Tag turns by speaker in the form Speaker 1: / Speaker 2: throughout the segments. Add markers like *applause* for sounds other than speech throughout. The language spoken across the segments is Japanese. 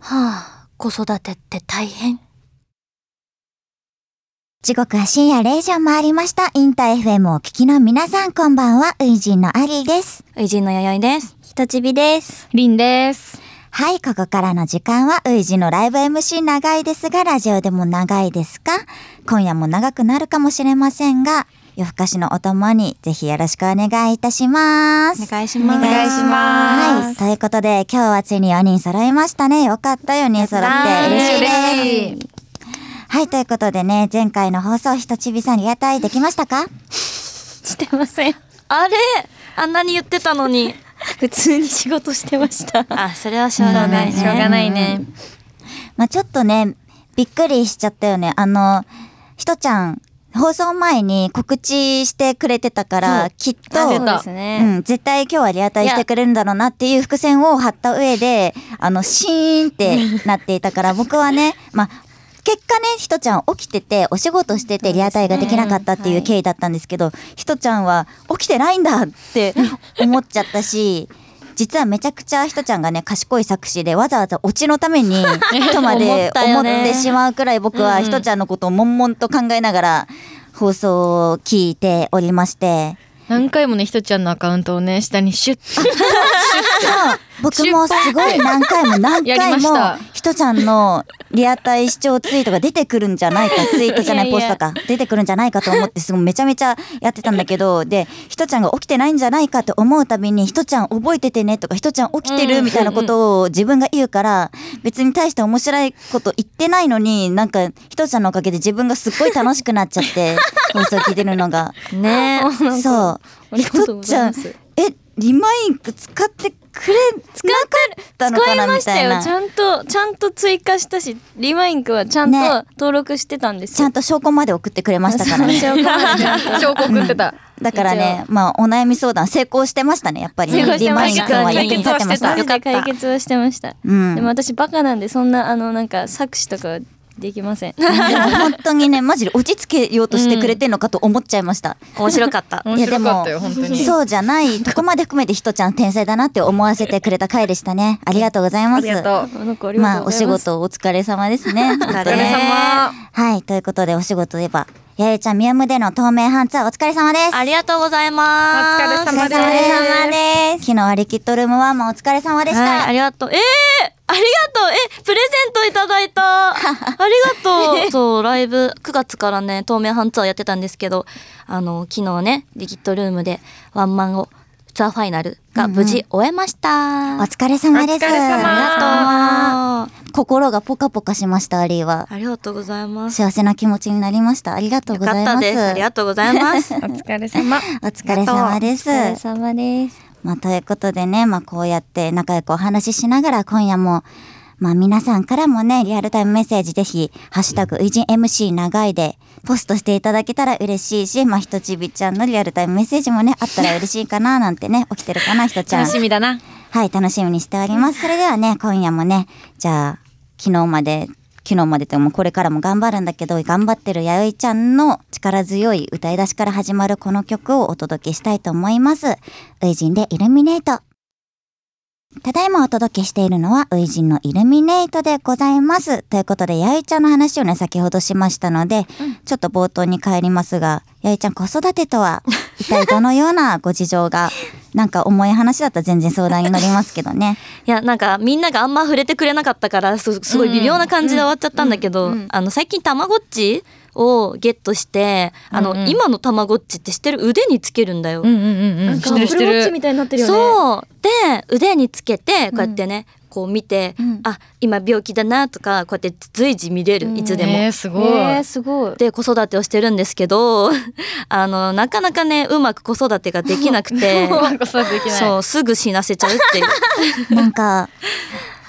Speaker 1: はあ、子育てって大変。
Speaker 2: 時刻は深夜0時を回りました。インター FM をお聞きの皆さん、こんばんは。ウイジンのアリーです。
Speaker 1: 偉人の弥生です。
Speaker 2: 人ちびです。
Speaker 3: リンです。
Speaker 2: はい、ここからの時間は、ウイジンのライブ MC 長いですが、ラジオでも長いですか今夜も長くなるかもしれませんが、夜更かしのお供に、ぜひよろしくお願いいたします。
Speaker 1: お願いします。
Speaker 3: お願いします
Speaker 2: はい、ということで、今日はついに4人揃いましたね。よかった、4人揃って。嬉しいです。
Speaker 3: 嬉しい。
Speaker 2: はい、ということでね、前回の放送、ひとちびさんに屋台できました
Speaker 3: *laughs*
Speaker 2: か
Speaker 1: してません。あれあんなに言ってたのに。
Speaker 3: 普通に仕事してました。
Speaker 1: あ、それはしょうがないね。
Speaker 3: しょうがないね。
Speaker 2: まあちょっとね、びっくりしちゃったよね。あの、ひとちゃん、放送前に告知してくれてたから、きっと、
Speaker 3: あ
Speaker 1: そ
Speaker 3: 出
Speaker 1: う
Speaker 3: た
Speaker 1: です
Speaker 2: う
Speaker 1: ね。
Speaker 2: ん、絶対今日はリアタイしてくれるんだろうなっていう伏線を張った上で、あの、シーンってなってい
Speaker 1: *laughs*
Speaker 2: たから、僕はね、まあ、結果ね、ひとちゃん起きてて、お仕事しててリアタイができなかったっていう経緯だったんですけど、ひとちゃんは起きてないん
Speaker 1: *laughs*
Speaker 2: だって思っちゃったし、実はめちゃくちゃひとちゃんがね、賢い作詞でわざわざオチのた
Speaker 1: *laughs*
Speaker 2: めに、とま
Speaker 1: 思
Speaker 2: で
Speaker 1: った
Speaker 2: 思
Speaker 1: よ
Speaker 2: っ
Speaker 1: ね
Speaker 2: てしまうくらい僕はひとちゃんのことを悶々と考えながら、放送を聞いておりまして、
Speaker 3: 何回もね、ひとちゃんのアカウントをね、下にシュッて。
Speaker 2: そう僕もすごい何回も何
Speaker 3: やり
Speaker 2: 回
Speaker 3: まし
Speaker 2: も
Speaker 3: た
Speaker 2: ひとちゃんのリアタイ視聴ツイートが出てくるんじゃない
Speaker 3: *laughs*
Speaker 2: かツイートじゃない
Speaker 3: い
Speaker 2: ポ
Speaker 3: やい
Speaker 2: ス
Speaker 3: や
Speaker 2: トか出てくるんじゃないかと思ってすごいめちゃめちゃやってたんだけ
Speaker 3: *laughs*
Speaker 2: どでひとちゃんが起きてないんじゃないかと思うたびにひとちゃん覚えててねとかひとちゃん起きてるみたいなことを自分が言うから別に大して面白いこと言ってないのになんかひとちゃんのおかげで自分がすっごい楽しくなっちゃって放送聞いてるのが。
Speaker 1: *laughs* ね
Speaker 2: そう。
Speaker 3: ありがとうございます
Speaker 2: ひとちゃんえ、リマインク使ってくれ、使なかったの
Speaker 4: 使
Speaker 2: かない
Speaker 4: ま
Speaker 2: み
Speaker 4: した
Speaker 2: い
Speaker 4: た
Speaker 2: な。
Speaker 4: よち
Speaker 2: ち
Speaker 4: ゃんとちゃんと追加したしリマインクはちゃんと
Speaker 2: ね
Speaker 4: 登録してたんです
Speaker 2: ゃ
Speaker 4: よ、
Speaker 2: んと証拠まで送ってくれましたからね。
Speaker 3: *laughs* 証拠送ってた。
Speaker 2: だからね、まあ、お悩み相談成功してましたね、やっぱりね。
Speaker 4: 成功して
Speaker 2: *laughs* リマ
Speaker 4: ま
Speaker 2: イ
Speaker 4: し
Speaker 2: ン
Speaker 4: た
Speaker 2: 君は
Speaker 4: 解
Speaker 2: 役に
Speaker 4: 決
Speaker 2: 立っ
Speaker 4: は
Speaker 2: て
Speaker 4: して
Speaker 2: ました
Speaker 4: た。
Speaker 2: う
Speaker 4: 解決はしてました、でも
Speaker 2: ん。
Speaker 4: 私バカなんでそんなあのなんか作詞とかできません
Speaker 2: でも本当にね、マジで落ち着けようとしてくれてんのかと思っちゃいました。
Speaker 1: 面白かった。
Speaker 3: 面白かったよ、本当に。
Speaker 2: そうじゃないとこまで含めてひとちゃん天才だなって思わせてくれた回でしたね。ありがとうござい
Speaker 3: あ
Speaker 2: ます。
Speaker 3: りがとう。
Speaker 4: なんかありが
Speaker 2: ま
Speaker 4: と
Speaker 2: あ、
Speaker 4: う
Speaker 2: お
Speaker 4: ござ
Speaker 2: 仕
Speaker 4: います、
Speaker 2: 事お疲れ様ですね。お疲
Speaker 3: お疲れ様。
Speaker 2: はい、ということでお仕事といえば、やゆちゃんミヤムでの透明ハンツアーお疲れ様です。
Speaker 1: ありがとうござい
Speaker 3: お
Speaker 1: ます。
Speaker 3: 疲れ
Speaker 2: お
Speaker 3: 様
Speaker 2: 疲
Speaker 3: で
Speaker 2: れ様
Speaker 3: す。
Speaker 2: です。昨日はリキッドルームワンもお疲れ様でした。
Speaker 1: はい、ありがとう。えー、ありがとうえ、プレゼントいただい
Speaker 2: *laughs*
Speaker 1: たありがとうそう、ライブ、9月からね、透明ハンツアーやってたんですけど、あの、昨日ね、リキッドルームでワンマンを、ツアーファイナルが無事終えました。
Speaker 2: お疲れ様です。
Speaker 3: お疲れ様
Speaker 2: あ
Speaker 1: あ
Speaker 2: りがとう。心がポカポカしました、アリーは。
Speaker 1: ありがとうございます。
Speaker 2: 幸せな気持ちになりました。ありがとう
Speaker 1: よ
Speaker 2: ご
Speaker 1: か
Speaker 2: ざ
Speaker 1: っ
Speaker 2: い
Speaker 1: た
Speaker 2: ます。
Speaker 1: です。ありがとうございます。
Speaker 3: お疲れ様。
Speaker 2: お疲れ様です。
Speaker 4: お疲れ様です
Speaker 2: まあ、ということでね、まあ、こうやって仲良くお話ししながら今夜も、まあ、皆さんからもね、リアルタイムメッセージぜひ、ハッシュタグ、偉人 MC 長いで、ポストしていただけたら嬉しいし、まあ、ひとちびちゃんのリアルタイムメッセージもね、あったら嬉しいかな、なんてね、起きてるかな、ひとちゃん
Speaker 3: 楽。しみだな。
Speaker 2: はい、楽しみにしております。それではね、今夜もね、じゃあ、昨日まで、昨日までというかもうこれからも頑張るんだけど、頑張ってる弥生ちゃんの力強い歌い出しから始まるこの曲をお届けしたいと思います。ウイジンでイルミネート。ただいまお届けしているのは、ウイジンのイルミネートでございます。ということで、やゆちゃんの話をね、先ほどしましたので、ちょっと冒頭に帰りますが、やゆちゃん子育てとは、一体どのようなご事情が、なんか重い話だったら全然相談に乗りますけどね。
Speaker 1: いや、なんかみんながあんま触れてくれなかったから、すすごい微妙な感じで終わっちゃったんだけど、あの、最近たまごっちをゲットして、あの、
Speaker 3: うんうん
Speaker 1: 今のたまごっちって知ってる腕につけるんだよ。
Speaker 3: うんうんうんうん。知ってる知って
Speaker 4: アップルウォッチ
Speaker 3: る
Speaker 4: み。たいになってるよね
Speaker 1: そう。で、腕につけて、こうやってね、こう見て、
Speaker 2: ん
Speaker 1: あ、今病気だなとか、こうやって随時見れる、いつでも。
Speaker 3: えー、すごい。
Speaker 4: えー、すごい
Speaker 1: で子育てをしてるんですけど *laughs* あのなかなかねうまく子育てができなくて
Speaker 3: うまく *laughs* そうできない。
Speaker 1: そうすぐ死なせちゃうっていう
Speaker 3: *laughs*
Speaker 2: なんか、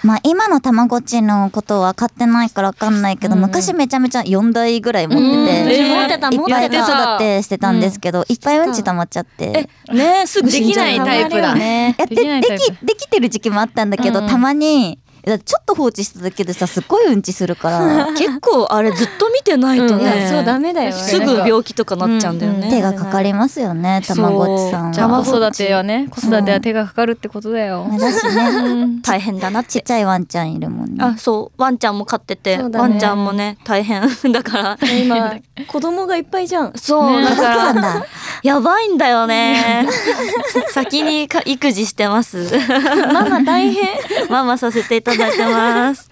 Speaker 2: まあ今のたまごっちのことは買ってないからわかんないけど、昔めちゃめちゃ4台ぐらい持ってて、
Speaker 1: うん
Speaker 2: いっ
Speaker 1: えー持ってた持って
Speaker 2: ぱい
Speaker 1: た
Speaker 2: 子育てしてたんですけど、いっぱいうんち溜まっちゃって。
Speaker 1: ねすぐ
Speaker 3: で
Speaker 1: 死ん
Speaker 3: き
Speaker 1: じゃう
Speaker 3: ないタイプだ。
Speaker 2: いやで
Speaker 3: できないタイ
Speaker 2: で
Speaker 3: プ
Speaker 2: きできてる時期もあったんだけど、
Speaker 3: うん
Speaker 2: たまにだってちょっと放置しただけでさすっごいうんちす
Speaker 1: *laughs*
Speaker 2: るから
Speaker 1: 結構あれずっと見てないと
Speaker 3: うん
Speaker 1: ね、
Speaker 4: やそうダメだよね
Speaker 1: すぐ病気とかなっちゃうんだよね、
Speaker 2: 手がかかりますよねたまごっちさ
Speaker 1: そう
Speaker 2: ん
Speaker 3: じゃあ
Speaker 1: 卵
Speaker 3: 子
Speaker 1: っ
Speaker 2: は
Speaker 1: ち
Speaker 3: 育てはね子育ては手がかかるってことだよ、
Speaker 2: だしね
Speaker 1: 大変だなっ
Speaker 2: ちってちゃいワンちゃんいるもんね
Speaker 1: あそうワンちゃんも飼ってて、
Speaker 4: そうだね
Speaker 1: ワンちゃんもね大変 *laughs* だから
Speaker 4: 今子供がいっぱいじゃん
Speaker 1: そう、だか
Speaker 2: そう
Speaker 1: ら
Speaker 2: なんだ
Speaker 1: やばいんだよね *laughs* 先にか育児してます *laughs*
Speaker 4: ママ大 *laughs* 変
Speaker 1: ママさせていただいてます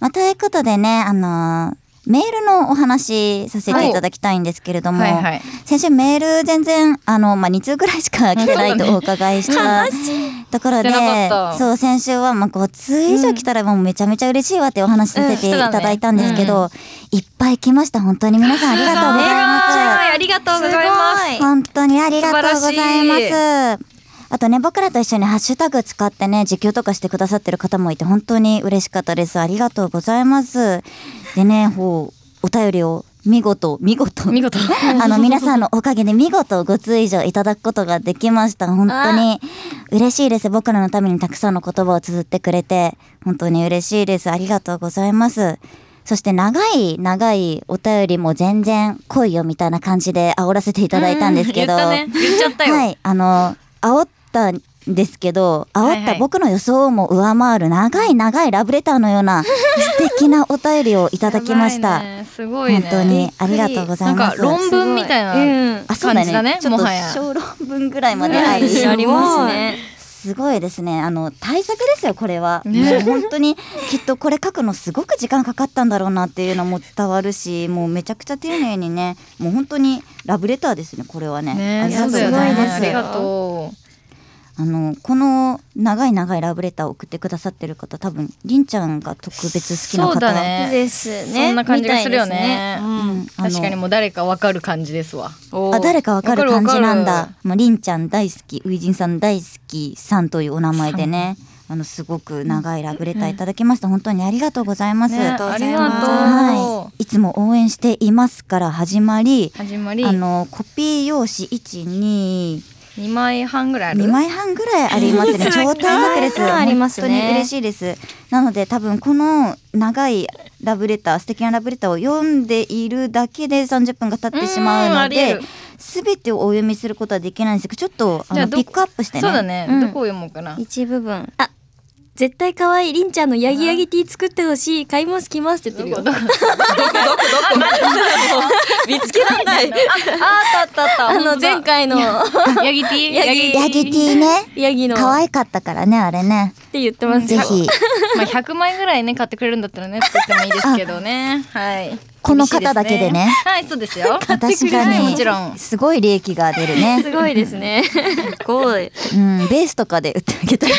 Speaker 2: まあ、ということでね、あのーメールのお話させていただきたいんですけれども、
Speaker 3: はいはい
Speaker 2: 先週メール全然あの、まあ、2通ぐらいしか来てない
Speaker 3: そうだね
Speaker 2: とお伺いしたところで、
Speaker 3: 来てなかった
Speaker 2: そう先週はまあ5通以上来たらもうめちゃめちゃ嬉しいわってお話しさせていただいたんですけど、いっぱい来ました本当に皆さんありがとうございます。
Speaker 3: ありがとうございます
Speaker 2: 本当にありがとうござい
Speaker 3: 素晴
Speaker 2: ます。あとね、僕らと一緒にハッシュタグ使ってね、実況とかしてくださってる方もいて、本当に嬉しかったです。ありがとうございます。でね、ほう、お便りを見事、見事。
Speaker 3: 見事
Speaker 2: *laughs* あの、皆さんのおかげで見事5通以上いただくことができました。本当に嬉しいです。僕らのためにたくさんの言葉を綴ってくれて、本当に嬉しいです。ありがとうございます。そして長い長いお便りも全然来いよみたいな感じで煽らせていただいたんですけど、
Speaker 3: うん言ったね言っちゃったよ、
Speaker 2: はい、あの、煽ったんですけど、
Speaker 3: はい
Speaker 2: 煽った僕の予想をも上回る長い長いラブレターのよう *laughs* な素敵なお便りをいただきました。
Speaker 3: やばいねすごいね
Speaker 2: 本当にありがとうござ
Speaker 3: ないん
Speaker 2: ま
Speaker 3: か
Speaker 2: す。
Speaker 3: 論文みたいな
Speaker 4: うん
Speaker 2: あそうだ
Speaker 3: 感
Speaker 2: ね
Speaker 3: じだね
Speaker 2: ちょっ
Speaker 3: も
Speaker 2: と
Speaker 3: はや
Speaker 2: 小論文ぐらいまであ
Speaker 1: は
Speaker 2: り
Speaker 1: い
Speaker 4: ありますね
Speaker 2: すごいですねあの対策ですよこれは、
Speaker 3: ね
Speaker 2: もう本当にきっとこれ書くのすごく時間かかったんだろうなっていうのも伝わるしもうめちゃくちゃ丁寧にねもう本当にラブレターですねこれはね
Speaker 3: ね
Speaker 2: ありがとうご
Speaker 3: そうだ
Speaker 2: ざ
Speaker 3: よ
Speaker 2: い
Speaker 3: ね
Speaker 2: ま
Speaker 3: あ
Speaker 2: す
Speaker 3: りがとう
Speaker 2: あのこの長い長いラブレターを送ってくださってる方多分りんちゃんが特別好きな方
Speaker 3: そうだね
Speaker 4: ですね
Speaker 3: そんな感じがするよ
Speaker 4: みたいです
Speaker 3: ね
Speaker 2: うんあの
Speaker 3: 確かにもう誰かわかる感じですわ
Speaker 2: あ誰かわかる感じなん
Speaker 3: わかるわか
Speaker 2: だ。もうりんちゃん大好き、ウイジンさん大好きさんというお名前でね、あのすごく長いラブレターいただきました。本当にありがとうございます。
Speaker 3: ね
Speaker 1: とう
Speaker 3: あ
Speaker 1: ござ
Speaker 3: り
Speaker 1: い
Speaker 3: が
Speaker 1: ま
Speaker 3: と
Speaker 1: す
Speaker 3: う、
Speaker 2: はい、いつも応援していますから始まり、
Speaker 3: 始まり
Speaker 2: あのコピー用紙一二
Speaker 3: 二枚半ぐらいある
Speaker 2: 二枚半ぐらいありますね。超大作です。
Speaker 4: ありますね
Speaker 2: 本当に嬉しいです。なので多分この長いラブレター、素敵なラブレターを読んでいるだけで30分が経ってしまうの
Speaker 3: うんあり
Speaker 2: で
Speaker 3: 得る、
Speaker 2: すべてをお読みすることはできないんですけど、ちょっとあ
Speaker 3: じゃあ
Speaker 2: の
Speaker 3: ど
Speaker 2: ピックアップしてね。
Speaker 3: そうだね、
Speaker 4: うん
Speaker 3: どこを読もうかな
Speaker 4: 一部分あ絶対可愛いりんちゃんのヤギヤギティー作ってほしい買います来ますって言ってるよ
Speaker 1: 見つけられない
Speaker 3: あったあった
Speaker 4: あの前
Speaker 2: *laughs*
Speaker 4: 回の
Speaker 3: ヤギティ
Speaker 4: ヤギ
Speaker 2: ヤギティね。
Speaker 4: ヤギの
Speaker 2: 可
Speaker 4: っ
Speaker 2: 愛かったからね、あれね。
Speaker 4: て言ってます
Speaker 2: ぜ
Speaker 4: よ
Speaker 2: ひ、
Speaker 3: まあ100枚ぐらいね買ってくれるんだったらね作ってもいいですけどねはい
Speaker 2: この方だけでね
Speaker 3: 厳しいすはいそうですよ
Speaker 2: 確か
Speaker 3: はい
Speaker 2: に
Speaker 3: もちろん
Speaker 2: すごい利益が出る
Speaker 3: *laughs*
Speaker 4: す
Speaker 2: ね。
Speaker 4: ごいですね
Speaker 1: すごい
Speaker 2: うん、ベースとかで売ってあげたい。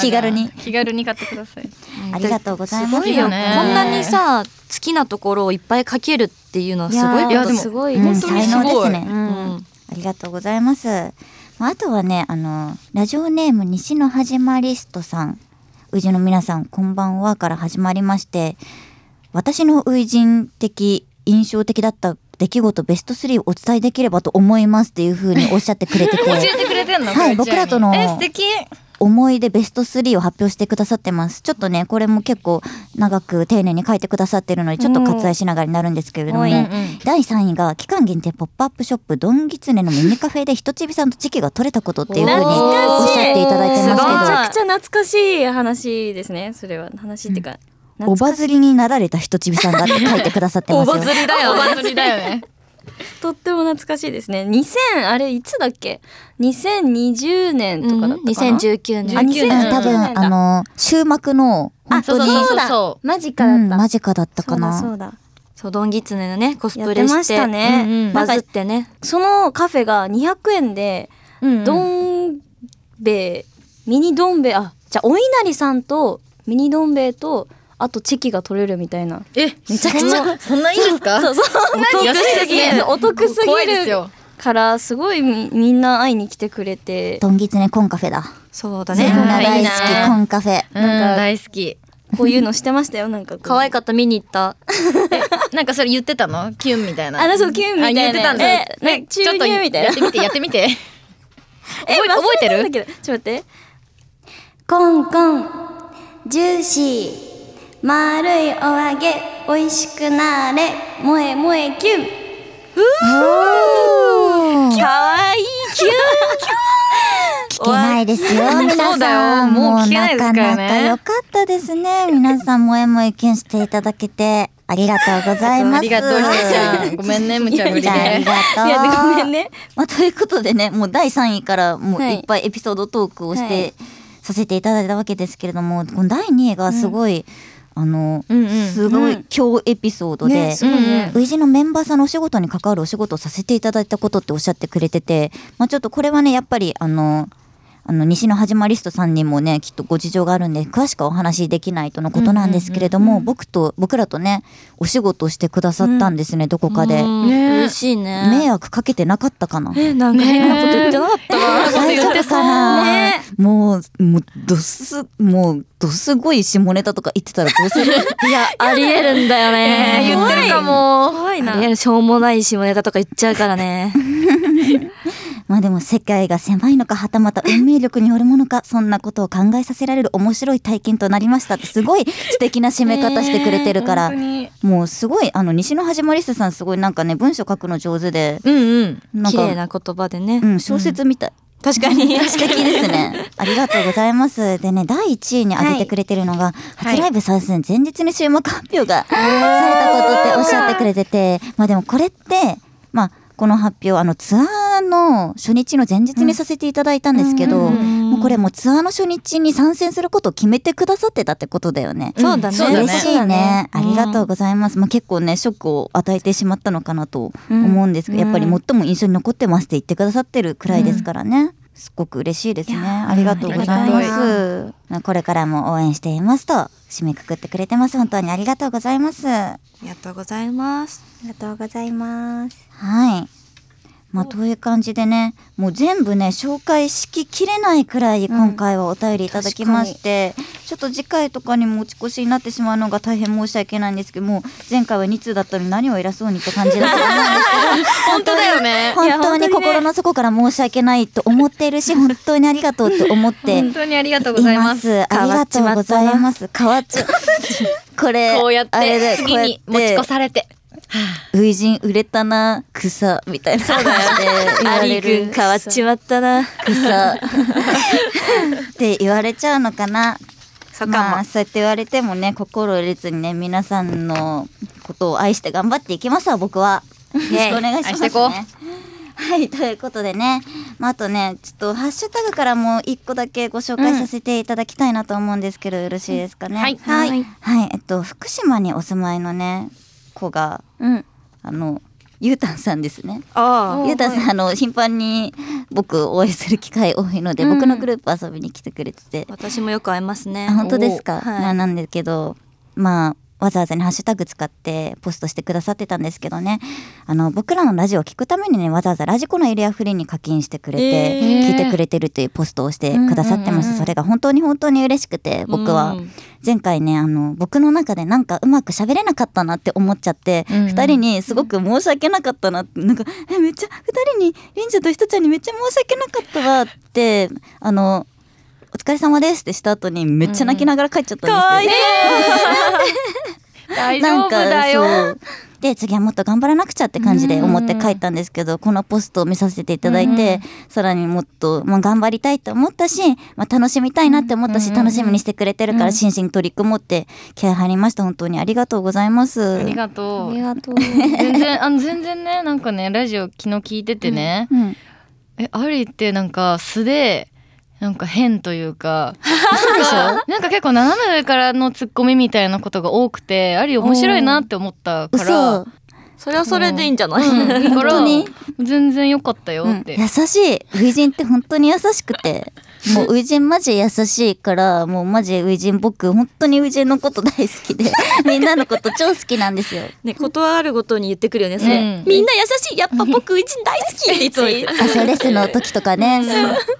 Speaker 2: 気軽に。
Speaker 3: 気軽に買ってください
Speaker 2: ありがとうございます。
Speaker 1: すごいよね
Speaker 3: うん
Speaker 1: こんなにさ好きなところをいっぱい書けるっていうのはすごいこと
Speaker 3: いやでも
Speaker 4: すごい
Speaker 2: う
Speaker 4: で
Speaker 2: ん
Speaker 4: す
Speaker 3: 当に
Speaker 2: 才
Speaker 3: す
Speaker 2: 能
Speaker 3: ごい
Speaker 2: ですね。
Speaker 1: うん
Speaker 2: ありがとうございます。まああとはね、あの、ラジオネーム西の始まりストさん。宇治の皆さん、こんばんはから始まりまして、私の初陣的、印象的だった出来事ベスト3をお伝えできればと思いますっていうふ
Speaker 4: *laughs*
Speaker 2: うにおっしゃってくれてて、
Speaker 3: 教えてくれてんの
Speaker 2: はい僕らとの
Speaker 3: え素敵
Speaker 2: 思い出ベスト3を発表してくださってます。ちょっとね、これも結構長く丁寧に書いてくださってるので、ちょっと割愛しながらになるんですけれども、
Speaker 4: うん
Speaker 2: 第3位が期間限定ポップアップショップドンギツネのミニカフェで人ちびさんとチキが取れたことっていうふうに
Speaker 1: 懐
Speaker 2: お
Speaker 1: か
Speaker 2: っ
Speaker 1: しい
Speaker 2: しゃっていただいて
Speaker 4: め
Speaker 2: ま
Speaker 4: ち
Speaker 2: すけど
Speaker 1: す
Speaker 4: ゃくちゃ懐かしい話ですねそれは話っていうか、
Speaker 2: お
Speaker 4: 懐か
Speaker 2: ばずりになられた人ちびさんがって書いてくださってま
Speaker 1: お
Speaker 2: すよ
Speaker 1: ばずりだよ
Speaker 3: お祭りだよね
Speaker 4: とっても懐かしいですね2000あれいつだっけ2020年とかだったかな、
Speaker 1: 2019
Speaker 3: あ
Speaker 1: 年
Speaker 2: うん多分あの終幕の本当に
Speaker 3: そうそう
Speaker 4: そうだ
Speaker 3: そ
Speaker 4: マジ
Speaker 2: う
Speaker 4: かだった、
Speaker 2: ん間近だった
Speaker 4: そ
Speaker 2: か
Speaker 4: うだ
Speaker 2: な
Speaker 4: そうだ
Speaker 1: そうドンギツネのねコス
Speaker 4: や
Speaker 1: プレして
Speaker 4: ってましたね
Speaker 1: うんうん
Speaker 4: な
Speaker 1: バ
Speaker 4: んか
Speaker 1: ズってね
Speaker 4: そのカフェが200円で、
Speaker 3: う
Speaker 4: ど
Speaker 3: ん
Speaker 4: ん兵衛ミニどん兵衛あじゃあお稲荷さんとミニどん兵衛とあとチキが取れるみたいな
Speaker 3: えめちゃくちゃそんないいですか
Speaker 4: そうそう
Speaker 3: お得すぎ
Speaker 4: *laughs*
Speaker 3: る
Speaker 4: お得す
Speaker 3: 怖い
Speaker 4: ぎ
Speaker 3: です
Speaker 4: る
Speaker 3: よ
Speaker 4: からすごいみみんな会いに来てくれて
Speaker 2: ドンギツネコンカフェだ
Speaker 1: そうだ
Speaker 2: みん
Speaker 1: ね
Speaker 2: な大好
Speaker 3: いい
Speaker 2: き
Speaker 3: な
Speaker 2: コンカフェ
Speaker 3: うん大好き
Speaker 4: こういうのしてましたよなんかこう
Speaker 1: 可愛かった見に行った
Speaker 3: なんかそれ言ってたのキュンみたいな
Speaker 4: あそうキュンみたいな
Speaker 3: あ言ってたんだ
Speaker 4: えなんか
Speaker 3: ちょっと
Speaker 4: 注入みたいな
Speaker 3: やってみてやってみて覚え覚えてる
Speaker 4: 忘れたんだけどちょっと待ってコンコン
Speaker 5: ジューシー丸いお揚げ美味しくなれ萌え萌えキュン
Speaker 1: かわいいキュン
Speaker 2: 聞けないですよ、皆さん。
Speaker 3: そうだよもう聞けない
Speaker 2: な
Speaker 3: で
Speaker 2: か
Speaker 3: すから
Speaker 2: な
Speaker 3: ね
Speaker 2: か良かったですね。皆さん、もえもえキュンしていただけて、ありがとうございます。
Speaker 3: ありがとう、ひなちゃん。ごめんね、むちゃぶり
Speaker 2: じゃああり
Speaker 3: で。
Speaker 2: がとう。
Speaker 4: いやごめんね。
Speaker 2: まあ、ということでね、もう第3位からもう
Speaker 4: はい
Speaker 2: いっぱいエピソードトークをして、させていただいたわけですけれども、この第2位がすごい、あの、
Speaker 1: うんうん
Speaker 2: すごい強エピソードで、
Speaker 4: ねす
Speaker 1: ごいね
Speaker 2: ウイジのメンバーさんのお仕事に関わるお仕事をさせていただいたことっておっしゃってくれてて、まあ、ちょっとこれはねやっぱりあのあの西のはじまリストさんにもねきっとご事情があるんで詳しくはお話しできないとのことなんですけれども、僕と僕らとねお仕事をしてくださったんですね、どこかで、
Speaker 1: うん
Speaker 3: ね
Speaker 1: 嬉しいね
Speaker 2: 迷惑かけてなかったかな
Speaker 1: えなんか変なこと言ってなかったわ
Speaker 2: 大丈夫かな、もうもうどすもうどすごい下ネタとか言ってたらどうする
Speaker 1: いやありえるんだよね
Speaker 3: 言ってるかも。
Speaker 1: 怖いなありえるしょうもない下ネタとか言っちゃうからね
Speaker 2: まあでも世界が狭いのかはたまた運命力によるものかそんなことを考えさせられる面白い体験となりましたってすごい素敵な締め方してくれてるから、
Speaker 3: 本当に
Speaker 2: もうすごいあの西のはじまりすさんすごいなんかね文章書くの上手で、
Speaker 1: うんうん
Speaker 2: なん
Speaker 1: 綺
Speaker 2: か
Speaker 1: 麗な言葉でね
Speaker 2: うん、小説みたい。
Speaker 1: 確かに
Speaker 2: 素敵ですね。ありがとうございます。でね、第1位に挙げてくれてるのが、
Speaker 3: い
Speaker 2: 初ライブ参戦前日に注目発表がされたことっておっしゃってくれてて、まあでもこれって、まあ、この発表、あの、ツアーの初日の前日にさせていただいたんですけど、もうこれもうツアーの初日に参戦することを決めてくださってたってことだよね。
Speaker 1: そうだ
Speaker 3: うんそうだ
Speaker 1: ね
Speaker 2: 嬉
Speaker 3: ね
Speaker 2: しいね。ありがとうございます。まあ、結構ね、ショックを与えてしまったのかなと思うんですけど、やっぱり最も印象に残ってますって言ってくださってるくらいですからね。すっごく嬉しいですね。ありがとうござい
Speaker 3: あ
Speaker 2: ま
Speaker 3: りが
Speaker 2: す。まあこれからも応援していますと締めくくってくれてます。本当にありがとうございます。は
Speaker 1: ありがとうございます
Speaker 5: ありがとうございます
Speaker 2: い。まあ、という感じでね、もう全部ね、紹介しききれないくらい今回はお便りいただきまして、ちょっと次回とかに持ち越しになってしまうのが大変申し訳ないんですけども、前回は2通だったのに何を偉そうにって感じだったと思うんですけど、
Speaker 3: 本当だよね。
Speaker 2: 本当に心の底から申し訳ないと思っている
Speaker 3: *laughs*
Speaker 2: し、本当にありがとうと思ってい
Speaker 3: 本当にありがとうござい
Speaker 2: ま
Speaker 3: ます。
Speaker 2: す。ありがとうございます。変わっちゃこれ、
Speaker 3: こうやっ
Speaker 2: あれ
Speaker 3: て、
Speaker 2: で
Speaker 3: 次に
Speaker 2: こう
Speaker 3: 持ち
Speaker 2: やっ
Speaker 3: 越
Speaker 2: て、
Speaker 3: されて。
Speaker 2: 初陣売れたな、草、みたいな。そうだよね。言わ
Speaker 1: アリ
Speaker 2: れる
Speaker 1: 君。変わっちまったな
Speaker 2: 草。 *laughs* って言われちゃうのかな。
Speaker 1: そ
Speaker 2: まあ、そうやって言われてもね、心を入れずにね、皆さんのことを愛して頑張っていきますわ、僕は。よろしくお願いし
Speaker 3: 愛
Speaker 2: ま
Speaker 3: し
Speaker 2: す、
Speaker 3: てこう
Speaker 2: ね。 *laughs* はい、ということでね、まあ、あとね、ちょっとハッシュタグからも一個だけご紹介させていただきたいなと思うんですけど、よろしいですかね。
Speaker 3: はい
Speaker 2: はい、はいえっと、福島にお住まいのね、子が、
Speaker 4: うん。
Speaker 2: あの、ゆうたんさんですね。
Speaker 1: あ
Speaker 2: ゆうたんさん、あの、頻繁に僕お会いする機会多いので、僕のグループ遊びに来てくれてて、
Speaker 1: 私もよく会えますね
Speaker 2: あ本当ですか、
Speaker 1: おはい
Speaker 2: まあなんですけどまあわざわざねハッシュタグ使ってポストしてくださってたんですけどねあの僕らのラジオを聞くためにねわざわざラジコのエリアフリーに課金してくれて、
Speaker 1: え
Speaker 3: ー
Speaker 2: 聞いてくれてるというポストをしてくださってました、それが本当に本当に嬉しくて僕は
Speaker 1: うん
Speaker 2: 前回ねあの僕の中でなんかうまく喋れなかったなって思っちゃって、
Speaker 3: う
Speaker 2: 二
Speaker 3: んうん
Speaker 2: 人にすごく申し訳なかったなってなんかえめっちゃ二人にりんちゃんとひとちゃんにめっちゃ申し訳なかったわってあのお疲れ様ですってした後にめっちゃ泣きながら帰っちゃったんですよ。
Speaker 3: 大丈
Speaker 2: な
Speaker 3: 夫
Speaker 2: んか
Speaker 3: だよ。
Speaker 2: そうで次はもっと頑張らなくちゃって感じで思って書いたんですけど、このポストを見させていただいて、さらにもっと、まあ、頑張りたいと思ったし、まあ、楽しみたいなって思ったし、楽しみにしてくれてるから真摯に取り組もうって気合入りました本当にありがとうございます。
Speaker 3: ありが
Speaker 4: あ
Speaker 3: とう
Speaker 4: り。がとう。
Speaker 3: 全然、あの、全然ね、なんかね、ラジオ昨日聞いててね。
Speaker 2: うん
Speaker 3: えアリってなんか素でなんか変というか *laughs* なんかなんか結構斜め上からのツッコミみたいなことが多くてアリ面白いなって思ったから、
Speaker 2: 嘘
Speaker 1: それはそれでいいんじゃない、
Speaker 3: う
Speaker 1: *laughs*
Speaker 3: ん、だから
Speaker 2: 本当に
Speaker 3: 全然良かったよって、
Speaker 2: 優しい初陣って本当に優しく
Speaker 1: *laughs*
Speaker 2: てもう初陣マジ優しいからもうマジ初陣僕本当に初陣のこと大好き
Speaker 1: *laughs*
Speaker 2: でみんなのこと超好きなんですよ。
Speaker 1: ね断るごとに言ってくるよねそれ、
Speaker 3: うん
Speaker 1: みんな優しいやっぱ *laughs* 僕うち大好きっていつも言って *laughs*
Speaker 2: 朝レッスンの時とかね。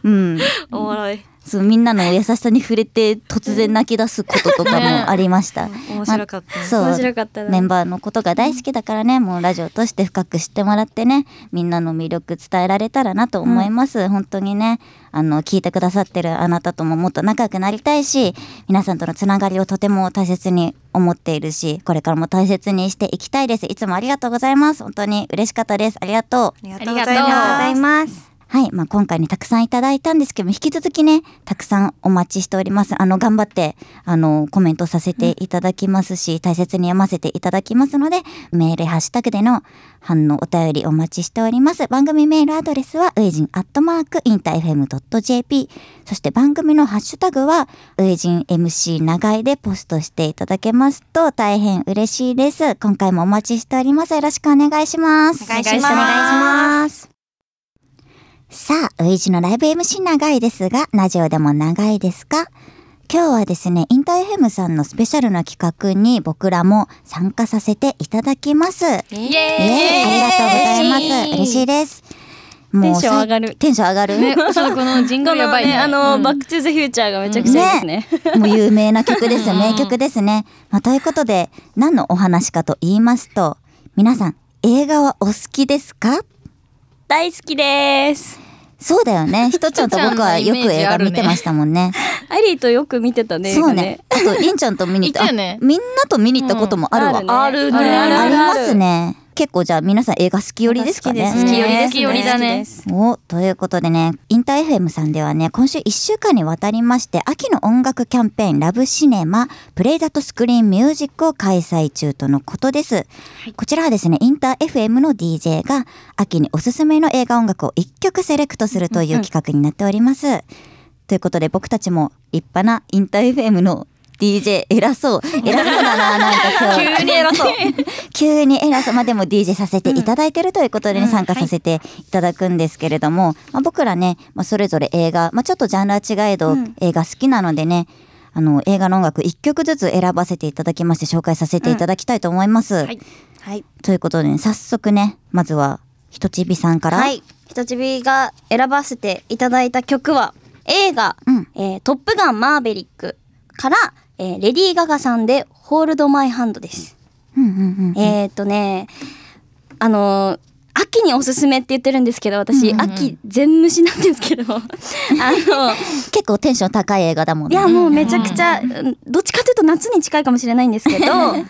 Speaker 2: うん。
Speaker 1: おもろい
Speaker 2: そうみんなの優しさに触れて突然泣き出すこととかもありました。
Speaker 1: 面白かった、
Speaker 2: そう
Speaker 5: 面白かったな
Speaker 2: メンバーのことが大好きだからねもうラジオとして深く知ってもらってねみんなの魅力伝えられたらなと思います、本当にねあの聞いてくださってるあなたとももっと仲良くなりたいし皆さんとのつながりをとても大切に思っているしこれからも大切にしていきたいですいつもありがとうございます本当に嬉しかったですありがとう
Speaker 1: ありが
Speaker 3: とうござ
Speaker 5: あり
Speaker 3: います
Speaker 5: がとうございます
Speaker 2: はい、まあ、今回ね、たくさんいただいたんですけども、引き続きね、たくさんお待ちしております。あの、頑張って、あの、コメントさせていただきますし、大切に読ませていただきますので、メール、ハッシュタグでの反応、お便りお待ちしております。番組メールアドレスは、ウイジンアットマーク、インタ FM.jp。そして番組のハッシュタグは、ウイジン MC 長いでポストしていただけますと、大変嬉しいです。今回もお待ちしております。よろしくお願いします。
Speaker 1: お願いします
Speaker 2: お願いします。さあ、ウイジのライブ MC 長いですが、ラジオでも長いですか今日はですね、インターフェムさんのスペシャルな企画に僕らも参加させていただきます。イエーイ
Speaker 1: イエ
Speaker 2: ありがとうございます。嬉しいです。もう
Speaker 4: テンション上がる
Speaker 2: テンション上がる。
Speaker 3: *laughs* ね、そうこのジング
Speaker 4: こ
Speaker 3: ルや
Speaker 4: の
Speaker 3: ばい
Speaker 4: ね
Speaker 3: ね。
Speaker 4: あの、
Speaker 3: うん
Speaker 4: バックトゥーザフューチャーがめちゃくちゃいいですね。
Speaker 2: もう有名な曲ですよ。名曲ですね。まあ、ということで、何のお話かと言いますと、皆さん、映画はお好きですか
Speaker 4: 大好きです。
Speaker 2: そうだよね。ひとちゃんと僕はよく映画見てましたもんね。
Speaker 4: アリーとよく見てたね。
Speaker 2: そう
Speaker 4: 今
Speaker 2: ね。。あと、りんちゃんと見に行った。
Speaker 3: 行ったよね
Speaker 2: あみんなと見に行ったこともあるわ。
Speaker 4: あるね。
Speaker 3: あるね
Speaker 2: あ
Speaker 4: あ
Speaker 2: り
Speaker 4: るあ
Speaker 2: ま
Speaker 4: る
Speaker 2: すね。結構じゃあ皆さん映画好き寄りですかね。
Speaker 3: 好き寄りですね
Speaker 4: 好き寄りだね。
Speaker 2: おということでねインター FM さんではね今週1週間にわたりまして秋の音楽キャンペーン「ラブシネマプレイザとスクリーンミュージック」を開催中とのことです、こちらはですねインター FM の DJ が秋におすすめの映画音楽を1曲セレクトするという企画になっております、ということで僕たちも立派なインター FM の DJ 偉そう偉そうだななんか今日 *laughs* 急に偉そう急に偉そうまあでも DJ させていただいてるということでね、参加させていただくんですけれども、まあ、僕らね、まあ、それぞれ映画、まあ、ちょっとジャンルは違えど、映画好きなのでねあの映画の音楽1曲ずつ選ばせていただきまして紹介させていただきたいと思います。
Speaker 3: い
Speaker 5: はい
Speaker 2: ということで、ね、早速ねまずはひとちびさんから、
Speaker 5: はい。人ちびが選ばせていただいた曲は、映画、
Speaker 2: うん
Speaker 5: えートップガンマーベリックから、えーレディー・ガガさんで、ホールド・マイ・ハンドです。
Speaker 2: うんうんうん
Speaker 5: えーっとね、あのー秋におすすめって言ってるんですけど、私、秋全無視なんですけど、あ *laughs* の、
Speaker 2: 結構テンション高い映画だもん
Speaker 5: い
Speaker 2: ね。
Speaker 5: や、もうめちゃくちゃ、うんどっちかというと夏に近いかもしれないんですけど、で、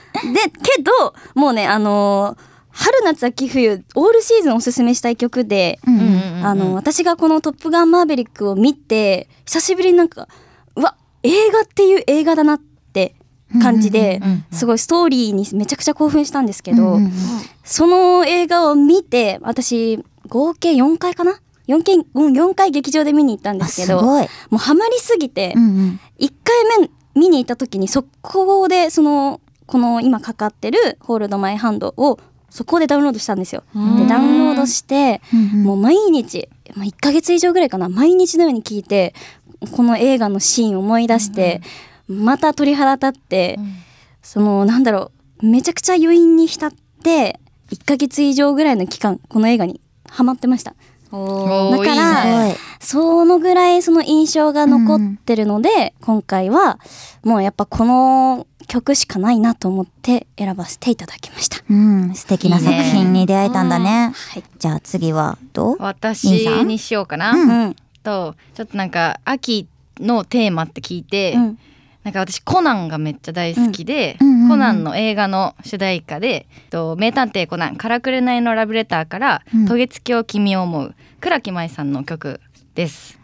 Speaker 5: けど、もうね、あのー春夏秋冬、オールシーズンおすすめしたい曲で、
Speaker 2: うんうん
Speaker 5: あの、私がこのトップガンマーベリックを見て、久しぶりになんか、うわ、映画っていう映画だなって感じで、すごいストーリーにめちゃくちゃ興奮したんですけど、
Speaker 2: うんうん
Speaker 5: その映画を見て、私、合計4回かな ?4 回、うん、4回劇場で見に行ったんで
Speaker 2: あ
Speaker 5: す
Speaker 2: す
Speaker 5: けど、も
Speaker 2: ごい。
Speaker 5: うハマりすぎて、
Speaker 2: うんうん
Speaker 5: 1回目見に行った時に速攻でそのこの今かかってる「ホールド・マイ・ハンド」をそこでダウンロードしたんですよ。でダウンロードして
Speaker 2: うんうん
Speaker 5: もう毎日、まあ、1ヶ月以上ぐらいかな毎日のように聞いてこの映画のシーンを思い出して、また鳥肌立って、そのなんだろうめちゃくちゃ余韻に浸って1ヶ月以上ぐらいの期間この映画にハマってました。
Speaker 3: おー
Speaker 5: だから
Speaker 3: いいね
Speaker 2: はい
Speaker 5: そのぐらいその印象が残ってるので、今回はもうやっぱこの曲しかないなと思って選ばせていただきました。
Speaker 2: うん、素敵な作品に出会えたんだね。
Speaker 5: はい。
Speaker 2: じゃあ次はどう
Speaker 3: 私にしようかな。
Speaker 2: うん
Speaker 5: うん。
Speaker 3: とちょっとなんか秋のテーマって聞いて、
Speaker 5: うん。
Speaker 3: なんか私コナンがめっちゃ大好きで、
Speaker 2: うんうんうんうん
Speaker 3: コナンの映画の主題歌で「と名探偵コナンからくれないのラブレター」から
Speaker 2: うん
Speaker 3: 「渡月橋君を思う」倉木麻衣さんの曲です。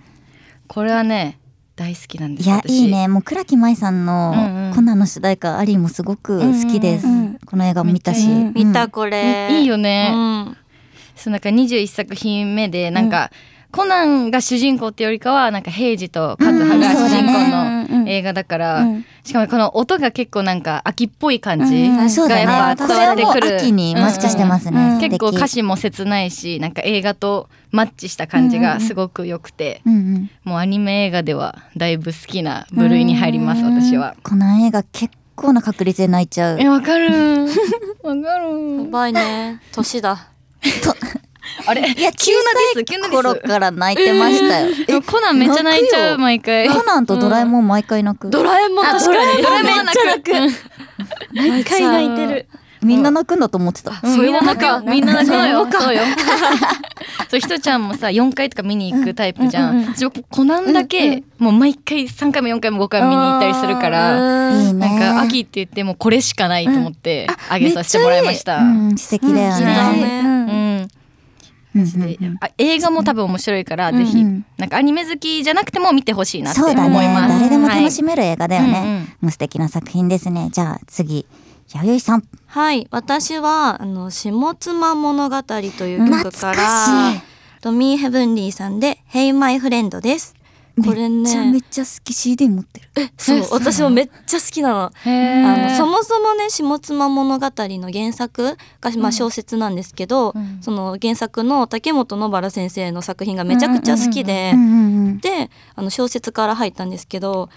Speaker 3: これはね大好きなんで
Speaker 2: い
Speaker 3: す
Speaker 2: や、
Speaker 3: 私
Speaker 2: いいね。もう倉木麻衣さん
Speaker 3: うんう
Speaker 2: の
Speaker 3: ん
Speaker 2: コナンの主題歌、アリーもすごく好きです。
Speaker 5: うんうんうん
Speaker 2: この映画も見たし。
Speaker 3: めっ
Speaker 1: 見た
Speaker 2: うん
Speaker 1: これ、
Speaker 3: いいよ
Speaker 1: う
Speaker 3: ね、
Speaker 1: ん、
Speaker 3: そうなんか21作品目でなんか、コナンが主人公ってよりかはなんか平次と和葉が主人公の映画だから、
Speaker 5: うんうん
Speaker 3: しかもこの音が結構なんか秋っぽい感じ
Speaker 2: あそう
Speaker 3: が
Speaker 2: だ
Speaker 3: や
Speaker 2: ね。
Speaker 3: っぱ
Speaker 2: こ
Speaker 3: 伝
Speaker 2: れ
Speaker 3: わ
Speaker 2: は
Speaker 3: って
Speaker 2: もう
Speaker 3: くる、
Speaker 2: 秋にマッチしてます
Speaker 5: うんうんう
Speaker 2: ね
Speaker 5: ん。
Speaker 2: 素
Speaker 3: 結
Speaker 2: 敵
Speaker 3: 構歌詞も切ないしなんか映画とマッチした感じがすごく良くて、
Speaker 2: うんうん。
Speaker 3: もうアニメ映画ではだいぶ好きな部類に入ります私は。
Speaker 2: コナン映画結構な確率で泣い
Speaker 3: *laughs*
Speaker 2: ちゃう。
Speaker 3: えわかるわか
Speaker 1: や
Speaker 3: る
Speaker 1: ばいね年だ
Speaker 3: あれ
Speaker 2: いや
Speaker 3: 急
Speaker 2: 小
Speaker 3: な
Speaker 2: さ
Speaker 3: ディス急ないディス
Speaker 2: 頃から泣いてましたよ。
Speaker 3: でもコナンめっちゃ泣いちゃう毎回
Speaker 2: えコナンとドラえもん毎回泣く。
Speaker 1: ドラえもん確かに。
Speaker 3: ドラえもんは泣く
Speaker 1: 毎回泣いてる。
Speaker 2: みんな泣くんだと思ってた。
Speaker 3: うんみんな泣くよみんな泣くのよ
Speaker 1: 泣く
Speaker 3: そうよ *laughs* そうひとちゃんもさ4回とか見に行くタイプじゃん、うちもコナンだけ、もう毎回3回も4回も5回も見に行ったりするから
Speaker 2: いいね。
Speaker 3: なんか秋って言ってもうこれしかないと思ってあげさせてもらいました、
Speaker 2: うん、素敵だよね。
Speaker 3: うん
Speaker 2: うんうん
Speaker 3: であ映画も多分面白いから、ぜひ
Speaker 2: うん
Speaker 3: なんかアニメ好きじゃなくても見てほしいなって
Speaker 2: そう
Speaker 3: 思い
Speaker 2: だね。
Speaker 3: ます。
Speaker 2: 誰でも楽
Speaker 3: し
Speaker 2: しめる映画だよ
Speaker 3: はいうんうん
Speaker 2: ね。もう素敵な作品ですね。じゃあ次、弥生さん。
Speaker 1: はい、私は、あの、下妻物語という曲か
Speaker 2: 懐からしい、
Speaker 1: ドミーヘブンリーさんで、Hey My Friend です。これ
Speaker 2: めちゃめ
Speaker 1: ね、
Speaker 2: ちゃ好き CD 持ってる。
Speaker 1: そう
Speaker 3: え、そう
Speaker 1: 私もめっちゃ好きなの。
Speaker 3: い。
Speaker 1: あの
Speaker 3: あ
Speaker 1: そもそもね「下妻物語」の原作が、まあ、小説なんですけど、
Speaker 3: うん
Speaker 1: その原作の竹本野原先生の作品がめちゃくちゃ好きで、
Speaker 2: うんうんうん。
Speaker 1: であの小説から入ったんですけど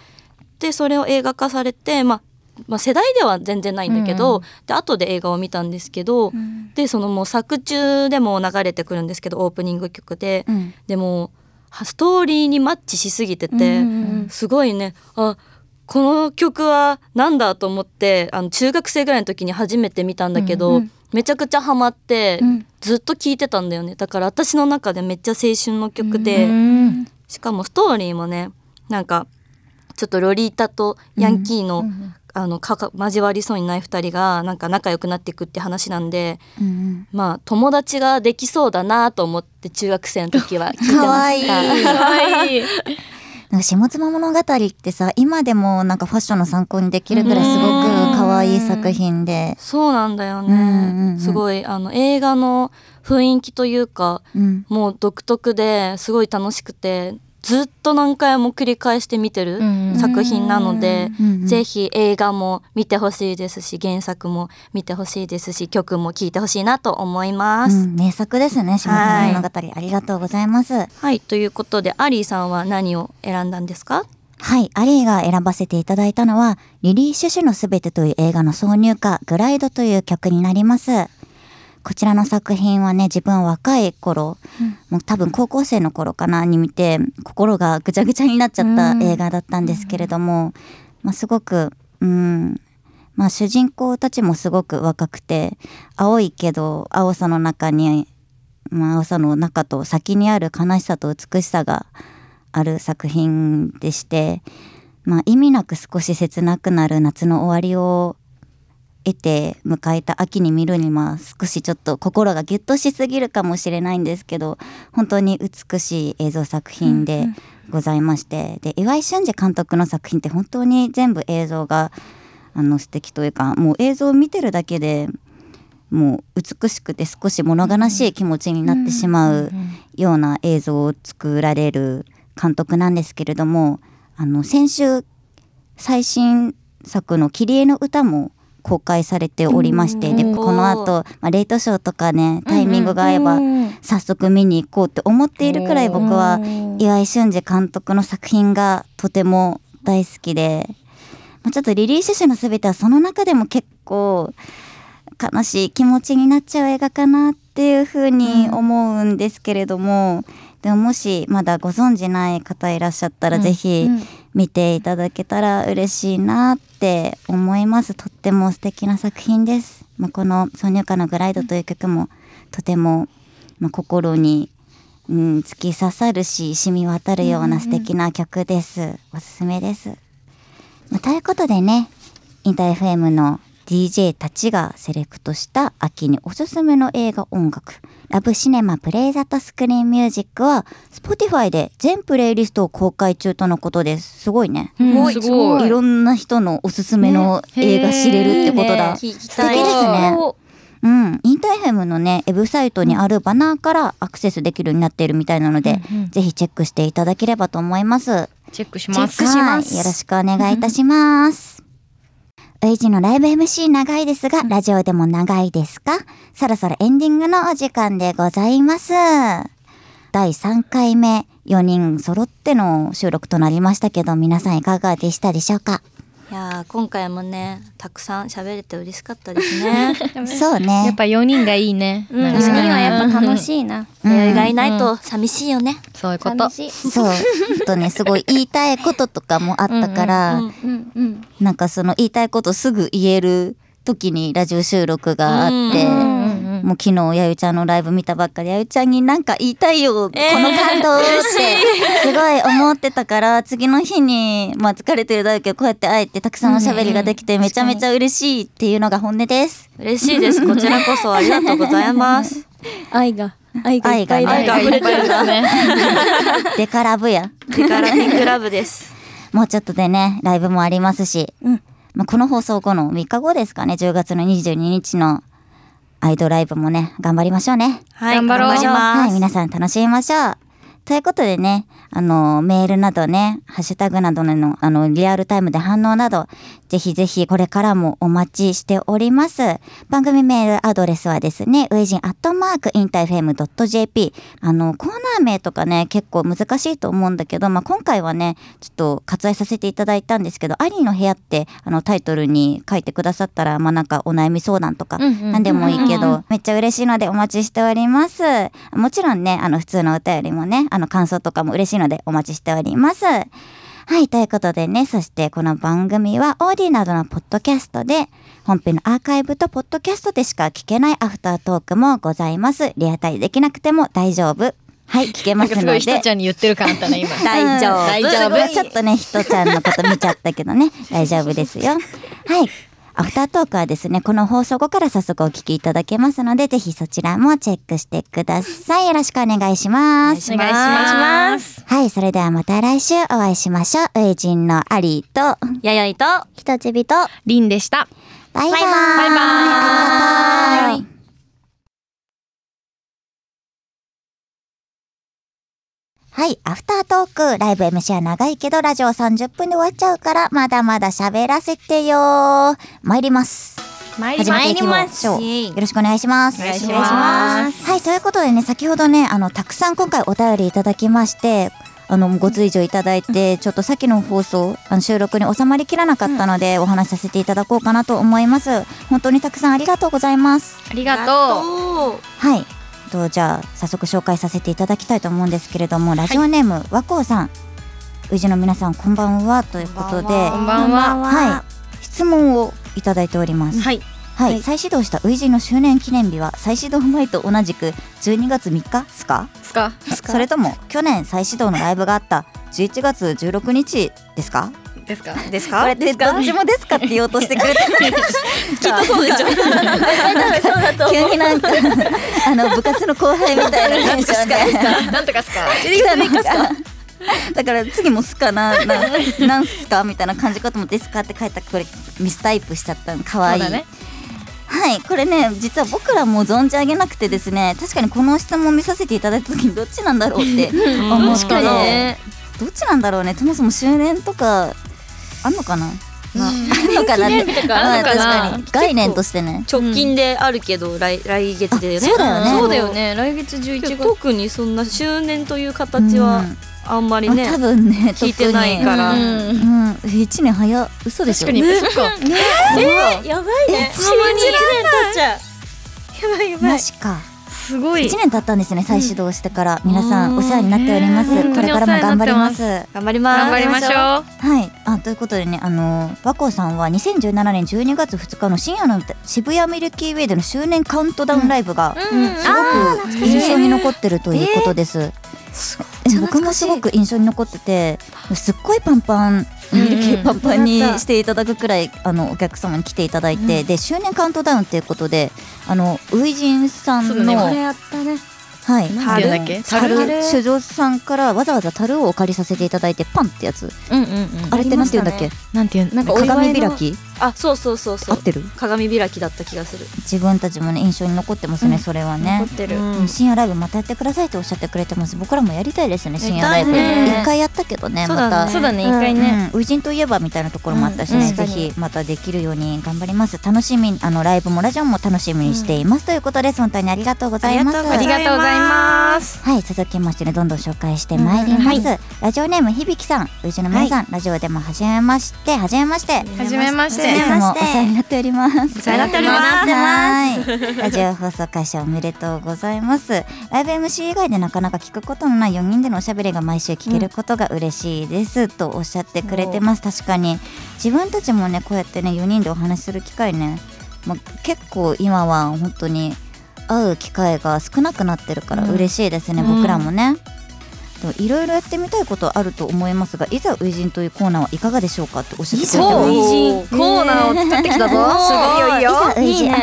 Speaker 1: でそれを映画化されて、まあまあ、世代では全然ないんだけど、
Speaker 3: うん
Speaker 1: で後で映画を見たんですけど、でそのもう作中でも流れてくるんですけどオープニング曲で、
Speaker 2: うん
Speaker 1: でもはストーリーにマッチしすぎてて、すごいねあこの曲はなんだと思ってあの中学生ぐらいの時に初めて見たんだけど、めちゃくちゃハマって、ずっと聴いてたんだよねだから私の中でめっちゃ青春の曲で、
Speaker 3: うん
Speaker 1: しかもストーリーもねなんかちょっとロリータとヤンキーの、あのかか交わりそうにない2人がなんか仲良くなっていくって話なんで
Speaker 2: うん
Speaker 1: まあ友達ができそうだなと思って中学生の時は聞いてま
Speaker 2: うん。
Speaker 1: した。
Speaker 2: かわいい。
Speaker 3: 可愛い。
Speaker 2: なんか下妻物語ってさ今でもなんかファッションの参考にできるぐらいすごく可愛い作品で、
Speaker 1: そうなんだよね、
Speaker 2: うんうんうん
Speaker 1: すごいあの映画の雰囲気というか
Speaker 2: うん、
Speaker 1: もう独特ですごい楽しくてずっと何回も繰り返して見てる
Speaker 3: うん
Speaker 1: 作品なので、
Speaker 2: うんうん
Speaker 1: ぜひ映画も見てほしいですし原作も見てほしいですし曲も聴いてほしいなと思います。
Speaker 2: うん名作ですね下妻物語、ありがとうございます
Speaker 1: はいということでアリーさんは何を選んだんですか
Speaker 2: はい、アリーが選ばせていただいたのは、リリー・シュシュのすべてという映画の挿入歌、グライドという曲になります。こちらの作品はね、自分若い頃、もう多分高校生の頃かなに見て、心がぐちゃぐちゃになっちゃった映画だったんですけれども、まあすごく、うん、まあ主人公たちもすごく若くて、青いけど青さの中に、まあ青さの中と先にある悲しさと美しさがある作品でして、まあ、意味なく少し切なくなる夏の終わりを得て迎えた秋に見るには少しちょっと心がギュッとしすぎるかもしれないんですけど本当に美しい映像作品でございまして、で岩井俊二監督の作品って本当に全部映像があの素敵というかもう映像を見てるだけでもう美しくて少し物悲しい気持ちになってしまうような映像を作られる監督なんですけれどもあの先週最新作の「切り絵の歌」も公開されておりまして、で
Speaker 1: うん
Speaker 2: この後、まあ、レイトショーとかねタイミングが合えば早速見に行こうって思っているくらい僕は岩井俊二監督の作品がとても大好きで、まあ、ちょっとリリー・シュシュのすべてはその中でも結構悲しい気持ちになっちゃう映画かなっていうふうに思うんですけれども、でももしまだご存じない方いらっしゃったらぜひ見ていただけたら嬉しいなって思いますとっても素敵な作品です、まあ、この「挿入歌のグライド」という曲もとても、まあ、心に、うん、突き刺さるし染み渡るような素敵な曲です、おすすめですまあということでねインター FM の DJ たちがセレクトした秋におすすめの映画音楽「ラブシネマプレイザタスクリーンミュージックは Spotify で全プレイリストを公開中とのことですすごいね、
Speaker 3: うんすごい。
Speaker 2: いろんな人のおすすめの映画知れるってことだ、
Speaker 1: 聞き
Speaker 2: 素敵
Speaker 1: たい
Speaker 2: ですね。うん、インターフェムのね、ウェブサイトにあるバナーからアクセスできるようになっているみたいなので、ぜひチェックしていただければと思います。
Speaker 3: チェックします。
Speaker 2: はいよろしくお願いいたします。ウイジのライブ MC 長いですが、ラジオでも長いですかそろそろエンディングのお時間でございます。第3回目、4人揃っての収録となりましたけど、皆さんいかがでしたでしょうか
Speaker 1: いやー今回もねたくさん喋れて嬉しかったです
Speaker 2: *laughs*
Speaker 1: ね
Speaker 2: そうね
Speaker 3: やっぱ4人がいいね。
Speaker 1: うん
Speaker 3: なんか
Speaker 5: 4人はやっぱ楽
Speaker 3: う
Speaker 5: しいな
Speaker 2: うん
Speaker 1: 弥生がいないと寂しいよね、
Speaker 3: そういうこと
Speaker 5: 寂。しい
Speaker 2: そうあとねすごい言いたいこととかもあったから、
Speaker 1: うん
Speaker 5: うんうん
Speaker 2: なんかその言いたいことすぐ言える時にラジオ収録があって、
Speaker 1: うん
Speaker 3: うんうん
Speaker 2: もう昨日やゆちゃんのライブ見たばっかりやゆちゃんになんか言いたいよ、
Speaker 1: えー
Speaker 2: この感動ってすごい思ってたから次の日にまあ疲れてるだろうけどこうやって会えてたくさんおしゃべりができてめちゃめちゃ嬉しいっていうのが本音
Speaker 1: *laughs*
Speaker 2: です。
Speaker 1: 嬉しいですこちらこそありがとうございます
Speaker 5: 愛が愛がいっぱい
Speaker 2: 愛
Speaker 5: だ
Speaker 3: 愛がいっぱいですね。
Speaker 2: デカラブや
Speaker 1: デカラピンクラブです
Speaker 2: もうちょっとでねライブもありますし、
Speaker 5: うん
Speaker 2: まあ、この放送後の3日後ですかね10月の22日のアイドルライブもね頑張りましょうね。
Speaker 1: はい
Speaker 3: 頑張ろう
Speaker 1: りま
Speaker 2: はい、
Speaker 1: す、
Speaker 2: 皆さん楽しみましょう。ということでね、あの、メールなどね、ハッシュタグなどの、あの、リアルタイムで反応など、ぜひぜひこれからもお待ちしております。番組メールアドレスはですね、ウイジンアットマークインタイフェム .jp。あの、コーナー名とかね、結構難しいと思うんだけど、まあ、今回はね、ちょっと割愛させていただいたんですけど、アリーの部屋って、あの、タイトルに書いてくださったら、まあ、なんかお悩み相談とか、何でもいいけど、めっちゃ嬉しいのでお待ちしております。もちろんね、あの、普通のお便りもね、あの、感想とかも嬉しいのでお待ちしております。はい、ということでね、そしてこの番組はオーディなどのポッドキャストで、本編のアーカイブとポッドキャストでしか聞けないアフタートークもございます。リアタイできなくても大丈夫。はい、聞け
Speaker 3: な
Speaker 2: ま
Speaker 3: ん
Speaker 2: す
Speaker 3: *laughs* かす
Speaker 2: の
Speaker 3: ご
Speaker 2: で。
Speaker 3: いひとちゃんに言ってる感あったね今。
Speaker 2: 大丈夫。
Speaker 3: 大丈夫
Speaker 2: ちょっとね、ひとちゃんのこと見ちゃったけどね、大丈夫ですよ。はい。アフタートークはですね、この放送後から早速お聞きいただけますので、ぜひそちらもチェックしてください。よろしくお願いします。
Speaker 3: お願いします。
Speaker 2: はい、それではまた来週お会いしましょう。ウイジンのアリーと、
Speaker 1: ややいと
Speaker 2: ひとちびと、
Speaker 3: リンでした。
Speaker 2: バイバイ。バイバ
Speaker 1: バ
Speaker 2: イ。
Speaker 1: イ
Speaker 2: はい、アフタートーク、ライブ MC は長いけど、ラジオ30分で終わっちゃうから、まだまだ喋らせてよ参ります。
Speaker 3: 参
Speaker 2: 始めていきましょう。
Speaker 1: 参ります
Speaker 2: よろしくお願いします。。
Speaker 3: お願いします
Speaker 2: はい、ということでね、先ほどね、あの、たくさん今回お便りいただきまして、あの、ご随情いただいて、ちょっとさっきの放送、あの収録に収まりきらなかったので、お話しさせていただこうかなと思います。本当にたくさんありがとうございます。
Speaker 3: ありがとう。
Speaker 2: はい。とじゃあ早速紹介させていただきたいと思うんですけれどもラジオネーム、和光さん宇治の皆さんこんばんはということで
Speaker 3: こんばんは。
Speaker 2: はい質問をいただいております
Speaker 3: はい
Speaker 2: はい、再始動した宇治の周年記念日は再始動前と同じく12月3日ですか
Speaker 3: すか。
Speaker 2: それとも去年再始動のライブがあった11月16日ですか
Speaker 3: ですか。
Speaker 1: です
Speaker 2: こ
Speaker 1: か
Speaker 2: れってどっちもですかって言おうとしてくれて
Speaker 1: *laughs* きっとそうで
Speaker 2: *laughs*
Speaker 1: しょ
Speaker 2: 急になんか *laughs* あの部活の後輩みたいな感じで、
Speaker 3: なんとかすか。
Speaker 2: *laughs* だから次も「すかな」な「なんすか?」みたいな感じかと思って「すか?」って書いたらこれミスタイプしちゃったのかわいい、
Speaker 3: そうだね
Speaker 2: はいこれね実は僕らも存じ上げなくてですね確かにこの質問を見させていただいた時にどっちなんだろうって思ったのどっちなんだろうねそもそも周年とかあんのかな、まあ、あんのかなってま
Speaker 3: あ
Speaker 2: あ
Speaker 3: んのか
Speaker 2: 確
Speaker 3: な
Speaker 2: かに概念としてね
Speaker 1: 直近であるけど、来来月でね
Speaker 2: そうだよね
Speaker 1: そうだよね
Speaker 4: ね来月11
Speaker 1: けど特にそんな周年という形はあんまり
Speaker 2: うん
Speaker 1: ね、
Speaker 2: 多分ね
Speaker 1: 聞いてない
Speaker 2: 特
Speaker 1: か
Speaker 2: に
Speaker 1: ら、
Speaker 3: う
Speaker 2: う
Speaker 3: ん
Speaker 2: ん、1年早っ嘘でし
Speaker 3: 確
Speaker 2: ょ
Speaker 3: かに。そっか。
Speaker 2: え
Speaker 4: やばいね
Speaker 1: いつの間に
Speaker 4: 経っちゃうやばいやば
Speaker 2: マ
Speaker 4: い
Speaker 2: ジか
Speaker 3: すごい
Speaker 2: 1。年経ったんですね再始動してから、皆さ
Speaker 1: うんん
Speaker 2: お世話になっております、
Speaker 3: ね
Speaker 2: これからも頑張ります
Speaker 1: 頑張ります
Speaker 3: 頑張りましょう。
Speaker 2: はいあということでねあの和光さんは2017年12月2日の深夜の渋谷ミルキーウェイでの周年カウントダウンライブが、すごく印象に残ってるということです、え僕もすごく印象に残っててすっごいパンパンミルキーパンパンにしていただくくらいあのお客様に来ていただいて、で周年カウントダウンということであのウイジンさ
Speaker 3: そ
Speaker 2: ん
Speaker 3: う
Speaker 2: の、
Speaker 3: だね
Speaker 5: これやったね
Speaker 2: はい、
Speaker 3: なんて言うんだっけ
Speaker 2: 樽
Speaker 3: 樽
Speaker 2: 樽酒造さんからわざわざ樽をお借りさせていただいてパンってやつ
Speaker 3: うんうんうん。
Speaker 2: あれってなんて言うんだっけ、
Speaker 3: なんていう
Speaker 5: なんかお祝いの
Speaker 2: 鏡開き
Speaker 1: あそうそうそうそ
Speaker 2: 合
Speaker 1: う
Speaker 2: ってる
Speaker 1: 鏡開きだった気がする
Speaker 2: 自分たちもね印象に残ってますね、それはね
Speaker 1: 残ってる、
Speaker 2: うん深夜ライブまたやってくださいっておっしゃってくれてます僕らもやりたいですね深夜ライブ
Speaker 1: やりたいね
Speaker 2: 一回やったけどね
Speaker 1: そうだ
Speaker 2: また
Speaker 1: ね
Speaker 3: そうだね
Speaker 1: うん
Speaker 3: 一回ね、
Speaker 2: うん、初陣といえばみたいなところもあったしね、
Speaker 1: うん
Speaker 2: ぜひまたできるように頑張ります楽しみにあのライブもラジオも楽しみにしています、ということです本当にありがとうございます
Speaker 1: ありがとうございます
Speaker 2: はい続きましてねどんどん紹介してまいります、ラジオネーム響さん宇治の皆さん、ラジオでも初めまして初めまして
Speaker 3: はじめまし
Speaker 2: い
Speaker 3: て
Speaker 2: つもお世話になっております。お
Speaker 1: 世話になっております
Speaker 2: す。ラジオ放送開始おめでとうございます。ライブ MC 以外でなかなか聞くことのない4人でのおしゃべりが毎週聞けることが嬉しいです、とおっしゃってくれてます。確かに自分たちもねこうやってね4人でお話しする機会ね、まあ、結構今は本当に会う機会が少なくなってるから嬉しいですね、
Speaker 1: うん
Speaker 2: 僕らもね。といろいろやってみたいことあると思いますがいざ初陣というコーナーはいかがでしょうかっておっしゃってくれてます
Speaker 3: そう
Speaker 1: おー
Speaker 3: コーナーを作ってきた
Speaker 1: す
Speaker 3: ぞ
Speaker 1: ごいよ
Speaker 2: いざ初陣あ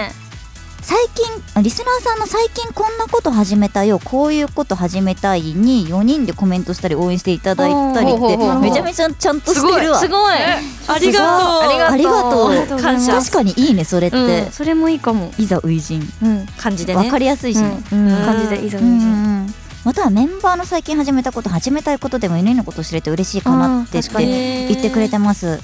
Speaker 2: 最近リスナーさんの最近こんなこと始めたよこういうこと始めたいに4人でコメントしたり応援していただいたりっ
Speaker 3: おーほうほうほ
Speaker 2: て
Speaker 3: う
Speaker 2: めちゃめちゃちゃんとし
Speaker 3: すご
Speaker 2: て
Speaker 3: い
Speaker 2: るわ
Speaker 3: すごい
Speaker 1: ありがとう
Speaker 2: ありがとう
Speaker 1: 感謝
Speaker 2: 確かにいいねそれって、
Speaker 1: うん
Speaker 4: それもいいかも。
Speaker 2: いざ初陣
Speaker 4: うん。
Speaker 1: 感じで
Speaker 2: わ
Speaker 1: ね
Speaker 2: かりやすいしね、
Speaker 4: うん
Speaker 1: うん
Speaker 4: 感じでいざ
Speaker 2: うんうんまたはメンバーの最近始めたこと始めたいことでも4人のことを知れて嬉しいかなって
Speaker 1: あー確かに
Speaker 2: 言ってくれてます、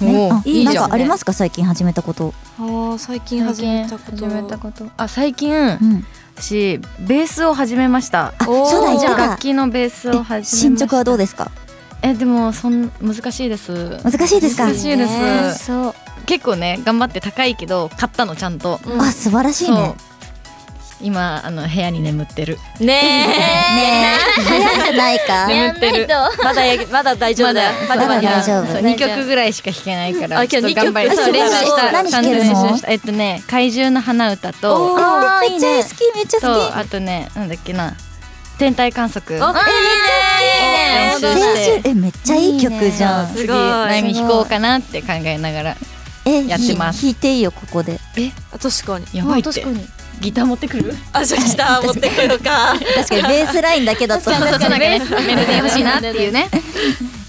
Speaker 2: ね
Speaker 3: お
Speaker 2: あ
Speaker 3: ーいいじ
Speaker 2: な
Speaker 3: ゃ
Speaker 2: んかあ
Speaker 3: ん
Speaker 2: りますか最近始めたこと、
Speaker 1: あー最近始めたこと
Speaker 3: ことあ最近
Speaker 2: うん、
Speaker 3: 私ベースを始めました
Speaker 2: あ
Speaker 1: おー
Speaker 2: そうだ言ってた
Speaker 3: 楽器のベースを始めま
Speaker 2: え
Speaker 3: した
Speaker 2: 進捗はどうですか
Speaker 3: えでもそん難しいです
Speaker 2: 難しいですか
Speaker 3: 難しいです、
Speaker 1: ね
Speaker 4: そう。
Speaker 3: 結構ね頑張って高いけど買ったのちゃんと、
Speaker 1: うん
Speaker 2: あ素晴らしいね
Speaker 3: そう今あの部屋に眠ってる
Speaker 1: ね
Speaker 2: ねえ早くないか *laughs*
Speaker 3: 眠ってる
Speaker 1: えまだやまだ大丈夫だよ
Speaker 2: まだ
Speaker 1: 間に合う
Speaker 2: 大丈夫
Speaker 3: そう二曲ぐらいしか弾けないから
Speaker 1: あ
Speaker 3: ちょっと頑張り
Speaker 1: 今
Speaker 3: そ
Speaker 1: 日
Speaker 3: う
Speaker 1: 二曲
Speaker 3: 練習し
Speaker 1: そう
Speaker 3: た
Speaker 2: 何弾
Speaker 3: ちゃん
Speaker 2: け
Speaker 3: と
Speaker 2: る
Speaker 3: 練
Speaker 2: の
Speaker 3: 習したえっとね怪獣の花歌
Speaker 1: お
Speaker 3: と
Speaker 2: あ
Speaker 1: あ
Speaker 2: ー
Speaker 1: ー
Speaker 2: めっちゃ好きめっちゃ
Speaker 3: そう
Speaker 2: 好
Speaker 3: あとねなんだっけな天体観測
Speaker 1: おえめっ
Speaker 3: あ
Speaker 2: き
Speaker 1: ち
Speaker 3: そ
Speaker 1: ゃ好き
Speaker 3: うそう
Speaker 2: 青春えめっちゃいい曲じゃん
Speaker 1: いいねす
Speaker 3: 次
Speaker 1: ごい
Speaker 3: 何弾こうかなって考えながら
Speaker 2: え
Speaker 3: やってます
Speaker 2: 弾いていいよここで
Speaker 1: 確かに
Speaker 3: やばいって
Speaker 4: 確かに。
Speaker 3: ギター持ってくる
Speaker 1: あじゃあ下持ってくるか
Speaker 2: 確かにベースラインだけだと
Speaker 3: そうそうなんかねメロディー欲しいなっていうね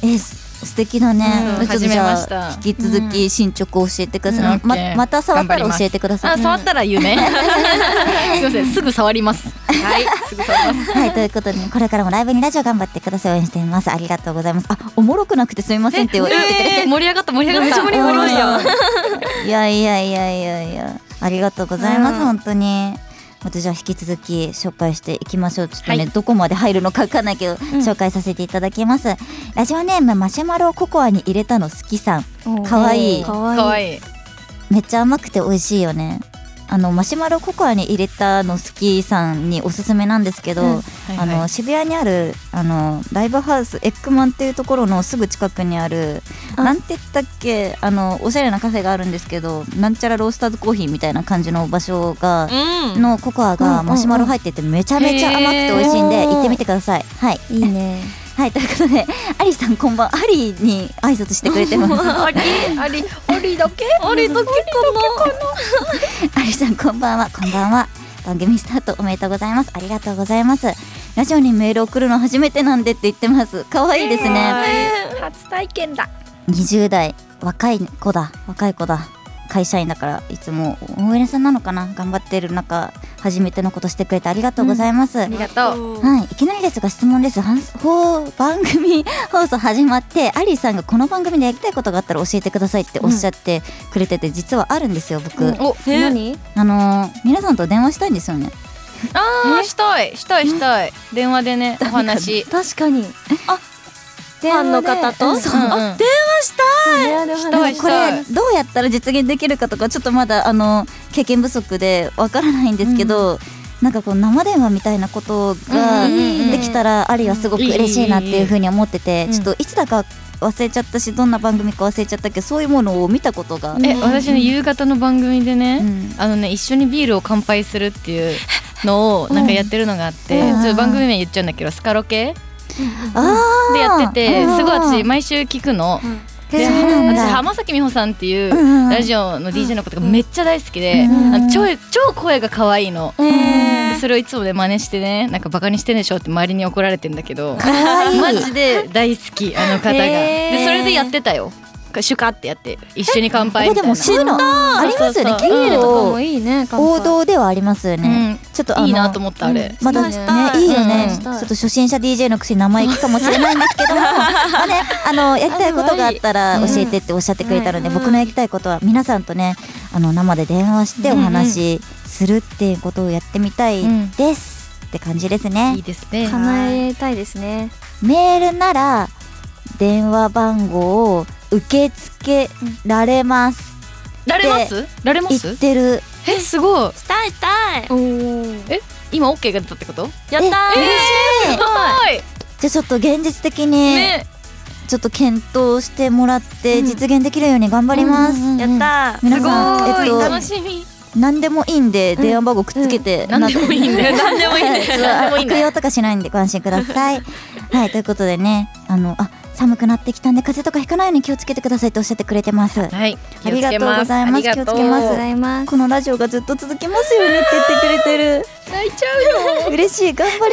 Speaker 2: えす素敵だね
Speaker 3: うん
Speaker 2: ちょっとじ
Speaker 3: 始めまし
Speaker 2: ゃあ
Speaker 3: た
Speaker 2: 引き続き進捗を教えてください
Speaker 3: うん
Speaker 2: ま
Speaker 3: オッケー
Speaker 2: また触ったら
Speaker 3: 頑張ります
Speaker 2: 教えてくださ
Speaker 3: あ
Speaker 2: い
Speaker 3: 触ったら言うねすいませんすぐ触りますはいすぐ触ります
Speaker 2: はいということでこれからもライブにラジオ頑張ってください応援していますありがとうございますあおもろくなくてすみませんって言われて
Speaker 3: えー盛り上がった盛り上がった
Speaker 1: り上がった
Speaker 2: いやいやいやいやいやありがとうございます、本当にまたじゃあ引き続き紹介していきましょうちょっとね、
Speaker 3: はい
Speaker 2: どこまで入るのかわかんないけど、紹介させていただきますラジオネームマシュマロをココアに入れたの好きさんかわいい
Speaker 4: か
Speaker 3: か
Speaker 4: わ
Speaker 3: わ
Speaker 4: いい。
Speaker 3: いい
Speaker 2: めっちゃ甘くて美味しいよねあのマシュマロココアに入れたの好きさんにおすすめなんですけど、あの渋谷にあるあのライブハウスエッグマンっていうところのすぐ近くにあるなんて言ったっけあのおしゃれなカフェがあるんですけどなんちゃらロースターズコーヒーみたいな感じの場所が、
Speaker 1: うん
Speaker 2: のココアがマシュマロ入っててめちゃめちゃ甘くて美味しいんで、
Speaker 4: へー
Speaker 2: 行ってみてください。はい、
Speaker 4: いいね。
Speaker 2: はい、ということでアリさんこんばんアリに挨拶してくれてます。
Speaker 1: *laughs*
Speaker 3: ありありありだけ
Speaker 1: あれだけか
Speaker 2: アリさんこんばんはこんばんは番組スタートおめでとうございますありがとうございますラジオにメール送るの初めてなんでって言ってます可愛いですね、
Speaker 3: 初体験だ
Speaker 2: 20代若い子だ若い子だ会社員だからいつも応援さんなのかな頑張ってる中初めてのことしてくれてありがとうございます、
Speaker 3: あり
Speaker 1: な
Speaker 3: がとう
Speaker 2: はい、いきなりですが質問ですはんほう番組 *laughs* 放送始まってアリーさんがこの番組でやりたいことがあったら教えてくださいっておっしゃってくれてて、実はあるんですよ僕、
Speaker 3: お
Speaker 1: え
Speaker 4: 何？
Speaker 2: あのー皆さんと電話したいんですよね
Speaker 3: あーしたいしたいしたい電話でねお話
Speaker 4: 確かに。
Speaker 1: ファンの方と
Speaker 3: うんうん
Speaker 4: 部屋で
Speaker 3: したい
Speaker 4: 話
Speaker 2: これどうやったら実現できるかとかちょっとまだあの経験不足でわからないんですけど、なんかこう生電話みたいなことが
Speaker 3: うんうんうん
Speaker 2: できたらあるいはすごく嬉しいなっていうふうに思ってて、ちょっといつだか忘れちゃったしどんな番組か忘れちゃったけどそういうものを見たことが、
Speaker 3: え私ね夕方の番組でね、
Speaker 2: うん
Speaker 3: あのね一緒にビールを乾杯するっていうのをなんかやってるのがあって、
Speaker 2: うん
Speaker 3: ちょっと番組名言っちゃうんだけどスカロケ
Speaker 2: あー
Speaker 3: でやってて
Speaker 2: うん
Speaker 3: すごい私毎週聞くの。
Speaker 2: へ
Speaker 3: で
Speaker 2: ーそうなん
Speaker 3: 私
Speaker 2: だ
Speaker 3: 浜崎美穂さんってい
Speaker 2: んうんうん
Speaker 3: うラジオの DJ のことがめっちゃ大好きで、
Speaker 2: うん
Speaker 3: あの超超声が可愛いの、
Speaker 2: へ
Speaker 3: それをいつもね真似してねなんかバカにしてんでしょって周りに怒られてんだけど
Speaker 2: かわいい
Speaker 3: マジで大好きあの方が、
Speaker 2: へー
Speaker 3: でそれでやってたよシュカってやって一緒に乾杯
Speaker 2: え
Speaker 3: みた
Speaker 2: で
Speaker 3: いな
Speaker 2: もそういうのありますよね
Speaker 3: そうそうそう
Speaker 2: 結構
Speaker 4: いいね
Speaker 2: 王道ではありますよね、
Speaker 3: うん
Speaker 2: ちょっとあの
Speaker 3: いいなと思ったあれ、
Speaker 2: まだ
Speaker 1: したいした
Speaker 2: ね
Speaker 1: い
Speaker 2: いいよね、
Speaker 3: う
Speaker 2: ち
Speaker 3: ん
Speaker 2: ょっと初心者 DJ のくせに生意気かもしれないんですけ *laughs* どまあねあのやりたいことがあったら
Speaker 3: うん
Speaker 2: 教えてっておっしゃってくれたので、
Speaker 1: うん
Speaker 2: 僕のやりたいことは皆さんとねあの生で電話してお話しするっていうことをやってみたいです、って感じですね
Speaker 3: いいですね
Speaker 4: 叶えたいですね
Speaker 2: メールなら電話番号を受け付けられます、
Speaker 3: られますられま
Speaker 2: 言っ
Speaker 3: す
Speaker 2: てる
Speaker 3: えすごい
Speaker 1: したいしたい
Speaker 4: おー
Speaker 3: 今 OK が出たってことす
Speaker 1: やったー
Speaker 2: え嬉しい
Speaker 3: ごい
Speaker 2: じゃあちょっと現実的に
Speaker 3: ね
Speaker 2: ちょっと検討してもらって実現できるように頑張ります、
Speaker 1: やったー
Speaker 2: 皆
Speaker 3: すご
Speaker 2: さんえっ
Speaker 3: い
Speaker 2: と
Speaker 3: 楽しみ
Speaker 2: 何でもいいんで電話番号くっつけて、
Speaker 3: 何でもいい
Speaker 2: *laughs*
Speaker 3: んだよ何でもいいんだ *laughs* よ何でもいいんだ
Speaker 2: 悪
Speaker 3: よ
Speaker 2: 用とかしないんでご安心くださいはいということでねあのあ寒くなってきたんで風邪とかひかないように気をつけてくださいとおっしゃってくれてます
Speaker 3: はい
Speaker 2: あ
Speaker 3: 気を
Speaker 2: り
Speaker 3: つ
Speaker 2: がと
Speaker 3: け
Speaker 2: うご
Speaker 3: ま
Speaker 2: ざ
Speaker 3: す
Speaker 2: います
Speaker 3: ありがとう
Speaker 2: 気をつけます
Speaker 4: ございます
Speaker 2: このラジオがずっと続きますようにって言ってくれてる
Speaker 3: 泣いちゃうよ
Speaker 2: 嬉しい頑張りま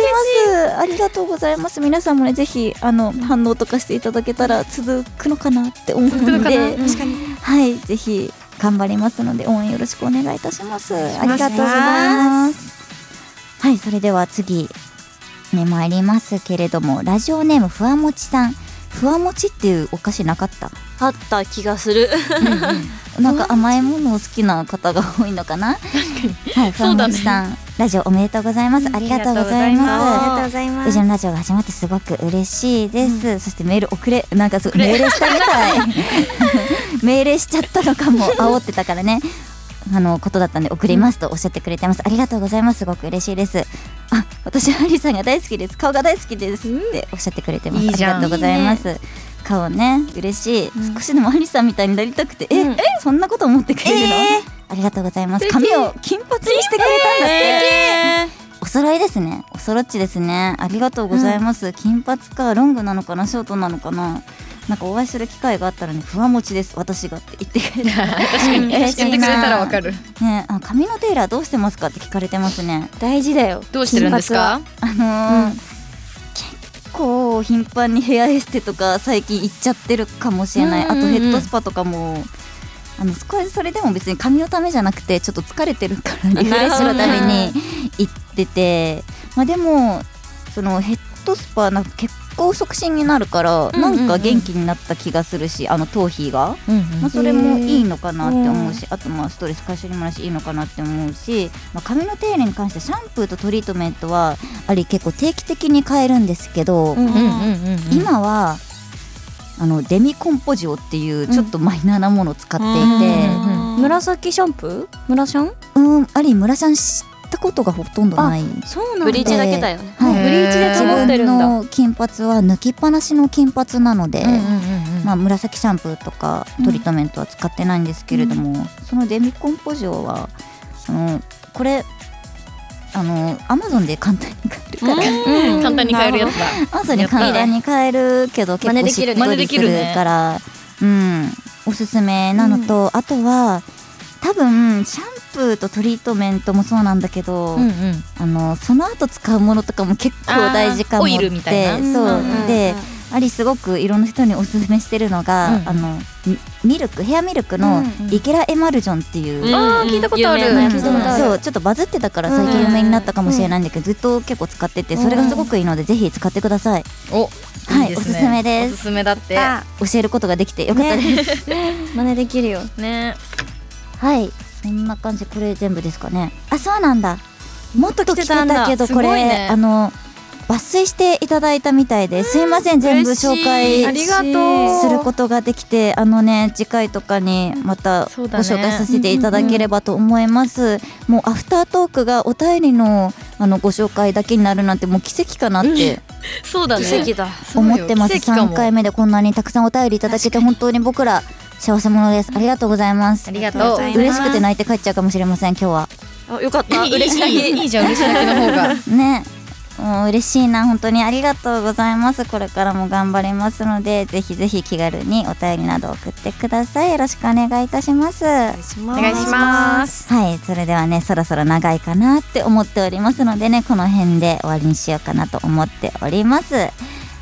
Speaker 2: すありがとうございます皆さんもねぜひあの反応とかしていただけたら続くのかなって思うので
Speaker 3: 続くのかな
Speaker 2: 確かにはいぜひ頑張りますので応援よろしくお願いいたしますありがとうございますはいそれでは次ね参りますけれどもラジオネームふわもちさんふわもちっていうお菓子なかった
Speaker 1: あった気がする
Speaker 2: なんか甘いものを好きな方が多いのかなはいふ
Speaker 3: そ
Speaker 2: わ
Speaker 3: うだ
Speaker 2: も
Speaker 3: ね
Speaker 2: ちさん、ラジオおめでとうございますありがとうございます
Speaker 1: ありがとう
Speaker 4: ございま
Speaker 2: うちのラジオが始まってすごく嬉しいです、そしてメール遅れなんかすごい命令したみたい命令しちゃったのかも煽ってたからねあのことだったんで送りますとおっしゃってくれてます、ありがとうございますすごく嬉しいですあ私ハリーさんが大好きです顔が大好きですっておっしゃってくれてます、
Speaker 3: いい
Speaker 2: あり
Speaker 3: じゃん
Speaker 2: がとうございます顔ね嬉しい、少しでもハリーさんみたいになりたくて、ええそんなこと思ってくれるの、ありがとうございます髪を金髪にしてくれたんだって
Speaker 1: え
Speaker 2: お揃いですねお揃っちですねありがとうございます、金髪かロングなのかなショートなのかななんかお会いする機会があったらねふわもちです私がって言って
Speaker 3: *laughs*
Speaker 2: くれた
Speaker 3: *laughs* 確か
Speaker 2: 嬉しいな
Speaker 3: に確かに言ってくれたらわかる
Speaker 2: ねあ髪のテイラーどうしてますかって聞かれてますね
Speaker 4: 大事だよ
Speaker 3: どうしてるんですか
Speaker 2: あのー結構頻繁にヘアエステとか最近行っちゃってるかもしれない、
Speaker 3: うんうんうん
Speaker 2: あとヘッドスパとかもあの少しそれでも別に髪のためじゃなくてちょっと疲れてるからリフレッシュのために行ってて、まあ、でもそのヘッドスパなんか結構促進になるから
Speaker 1: んうん
Speaker 2: な
Speaker 1: うん
Speaker 2: んか元気になった気がするし、あの頭皮が。まあ、それもいいのかなって思うし、あとまあストレス解消にもなるしいいのかなって思うし、まあ、髪の手入れに関してシャンプーとトリートメントはあり結構定期的に変えるんですけど、
Speaker 4: ん
Speaker 3: 今
Speaker 2: 今はあのデミコンポジオっていうちょっとマイナーなものを使っていて、
Speaker 1: ー
Speaker 4: 紫シャンプー村シャン
Speaker 2: うん、あり村さん知ったことがほとんどない。
Speaker 4: そうなんだ
Speaker 1: ブリーチだけだよね
Speaker 2: はい
Speaker 3: へー
Speaker 4: ブリーチで
Speaker 2: 自
Speaker 4: 保ってる
Speaker 2: 分
Speaker 4: んだ
Speaker 2: の金髪は抜きっぱなしの金髪なので、まあ、紫シャンプーとかトリートメントは使ってないんですけれども、そのデミコンポジオはあのこれあのアマゾンで簡単に
Speaker 4: *laughs*
Speaker 2: 買えるから
Speaker 1: うん
Speaker 3: 簡単に買えるやつだ
Speaker 2: アマゾンで簡単に買えるけど結
Speaker 4: 真
Speaker 2: 構
Speaker 4: 似で
Speaker 2: し
Speaker 4: き
Speaker 2: っ
Speaker 4: る
Speaker 3: ね
Speaker 2: とりするから、うん、おすすめなのと、あとは多分シャンプーとトリートメントもそうなんだけど、あのその後使うものとかも結構大事かも
Speaker 3: あ
Speaker 2: っ
Speaker 3: ー
Speaker 2: て
Speaker 3: オイルみたいな
Speaker 2: そう、
Speaker 1: うん
Speaker 2: でアリすごくいろんな人におすすめしてるのが、
Speaker 3: うん
Speaker 2: あのミミルクヘアミルクのイケラエマルジョンっていう、
Speaker 1: うん
Speaker 3: あー聞いたことある
Speaker 1: 有名なやつ
Speaker 4: 聞いたことある
Speaker 2: そうちょっとバズってたから最近有名になったかもしれないんだけど、ずっと結構使っててそれがすごくいいので、ぜひ使ってください
Speaker 3: お
Speaker 2: はい
Speaker 3: い
Speaker 2: お
Speaker 3: いですす
Speaker 2: すめ
Speaker 3: ね
Speaker 2: です
Speaker 3: おすすめだって
Speaker 2: 教えることができてよかったです、
Speaker 4: 真似できるよ
Speaker 3: ね
Speaker 2: はいそんな感じこれ全部ですかねあそうなんだもっと来て
Speaker 4: たんだ
Speaker 2: たけど
Speaker 3: す
Speaker 2: こ
Speaker 3: ごい
Speaker 2: れ、
Speaker 3: ね
Speaker 2: あの抜粋していただいたみたいですいません全部紹介
Speaker 3: ありがとう
Speaker 2: することができてあのね次回とかにまたご
Speaker 3: そうだね
Speaker 2: 紹介させていただければと思います、もうアフタートークがお便りのあのご紹介だけになるなんてもう奇跡かなって
Speaker 3: そうだね
Speaker 1: 奇跡だ
Speaker 2: 思ってます
Speaker 3: 奇跡か
Speaker 2: 3
Speaker 3: も
Speaker 2: 回目でこんなにたくさんお便りいただけて本当に僕ら幸せ者ですありがとうございます
Speaker 3: ありがとう
Speaker 2: 嬉しくて泣いて帰っちゃうかもしれません今日は
Speaker 1: あよかった嬉し
Speaker 3: いいいい
Speaker 1: い
Speaker 3: いいじゃん嬉しいだけの方が
Speaker 2: ねもう嬉しいな本当にありがとうございますこれからも頑張りますのでぜひぜひ気軽にお便りなど送ってくださいよろしくお願いいたします
Speaker 1: お
Speaker 3: お願いします
Speaker 2: はいそれではねそろそろ長いかなって思っておりますのでねこの辺で終わりにしようかなと思っております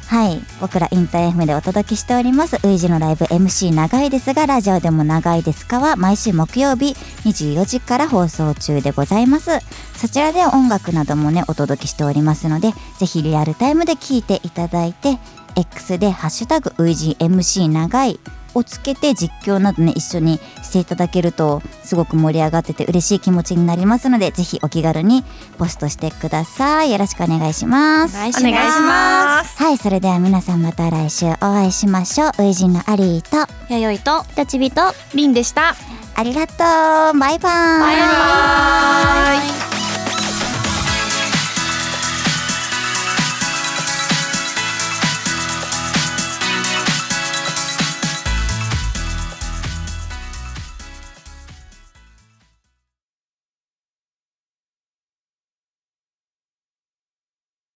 Speaker 2: はい僕らインター FM でお届けしておりますウイジのライブ MC 長いですがラジオでも長いですかは毎週木曜日24時から放送中でございますそちらで音楽などもねお届けしておりますのでぜひリアルタイムで聞いていただいて X で「ハッシュタグウイジ MC 長い」をつけて実況などね一緒にしていただけるとすごく盛り上がってて嬉しい気持ちになりますのでぜひお気軽にポストしてくださいよろしくお願いします
Speaker 1: お願いします
Speaker 2: はいそれでは皆さんまた来週お会いしましょうウイジンのアリーと
Speaker 1: 弥生と
Speaker 2: とちびと
Speaker 3: リンでした
Speaker 2: ありがとうバイバイ
Speaker 1: バイバイ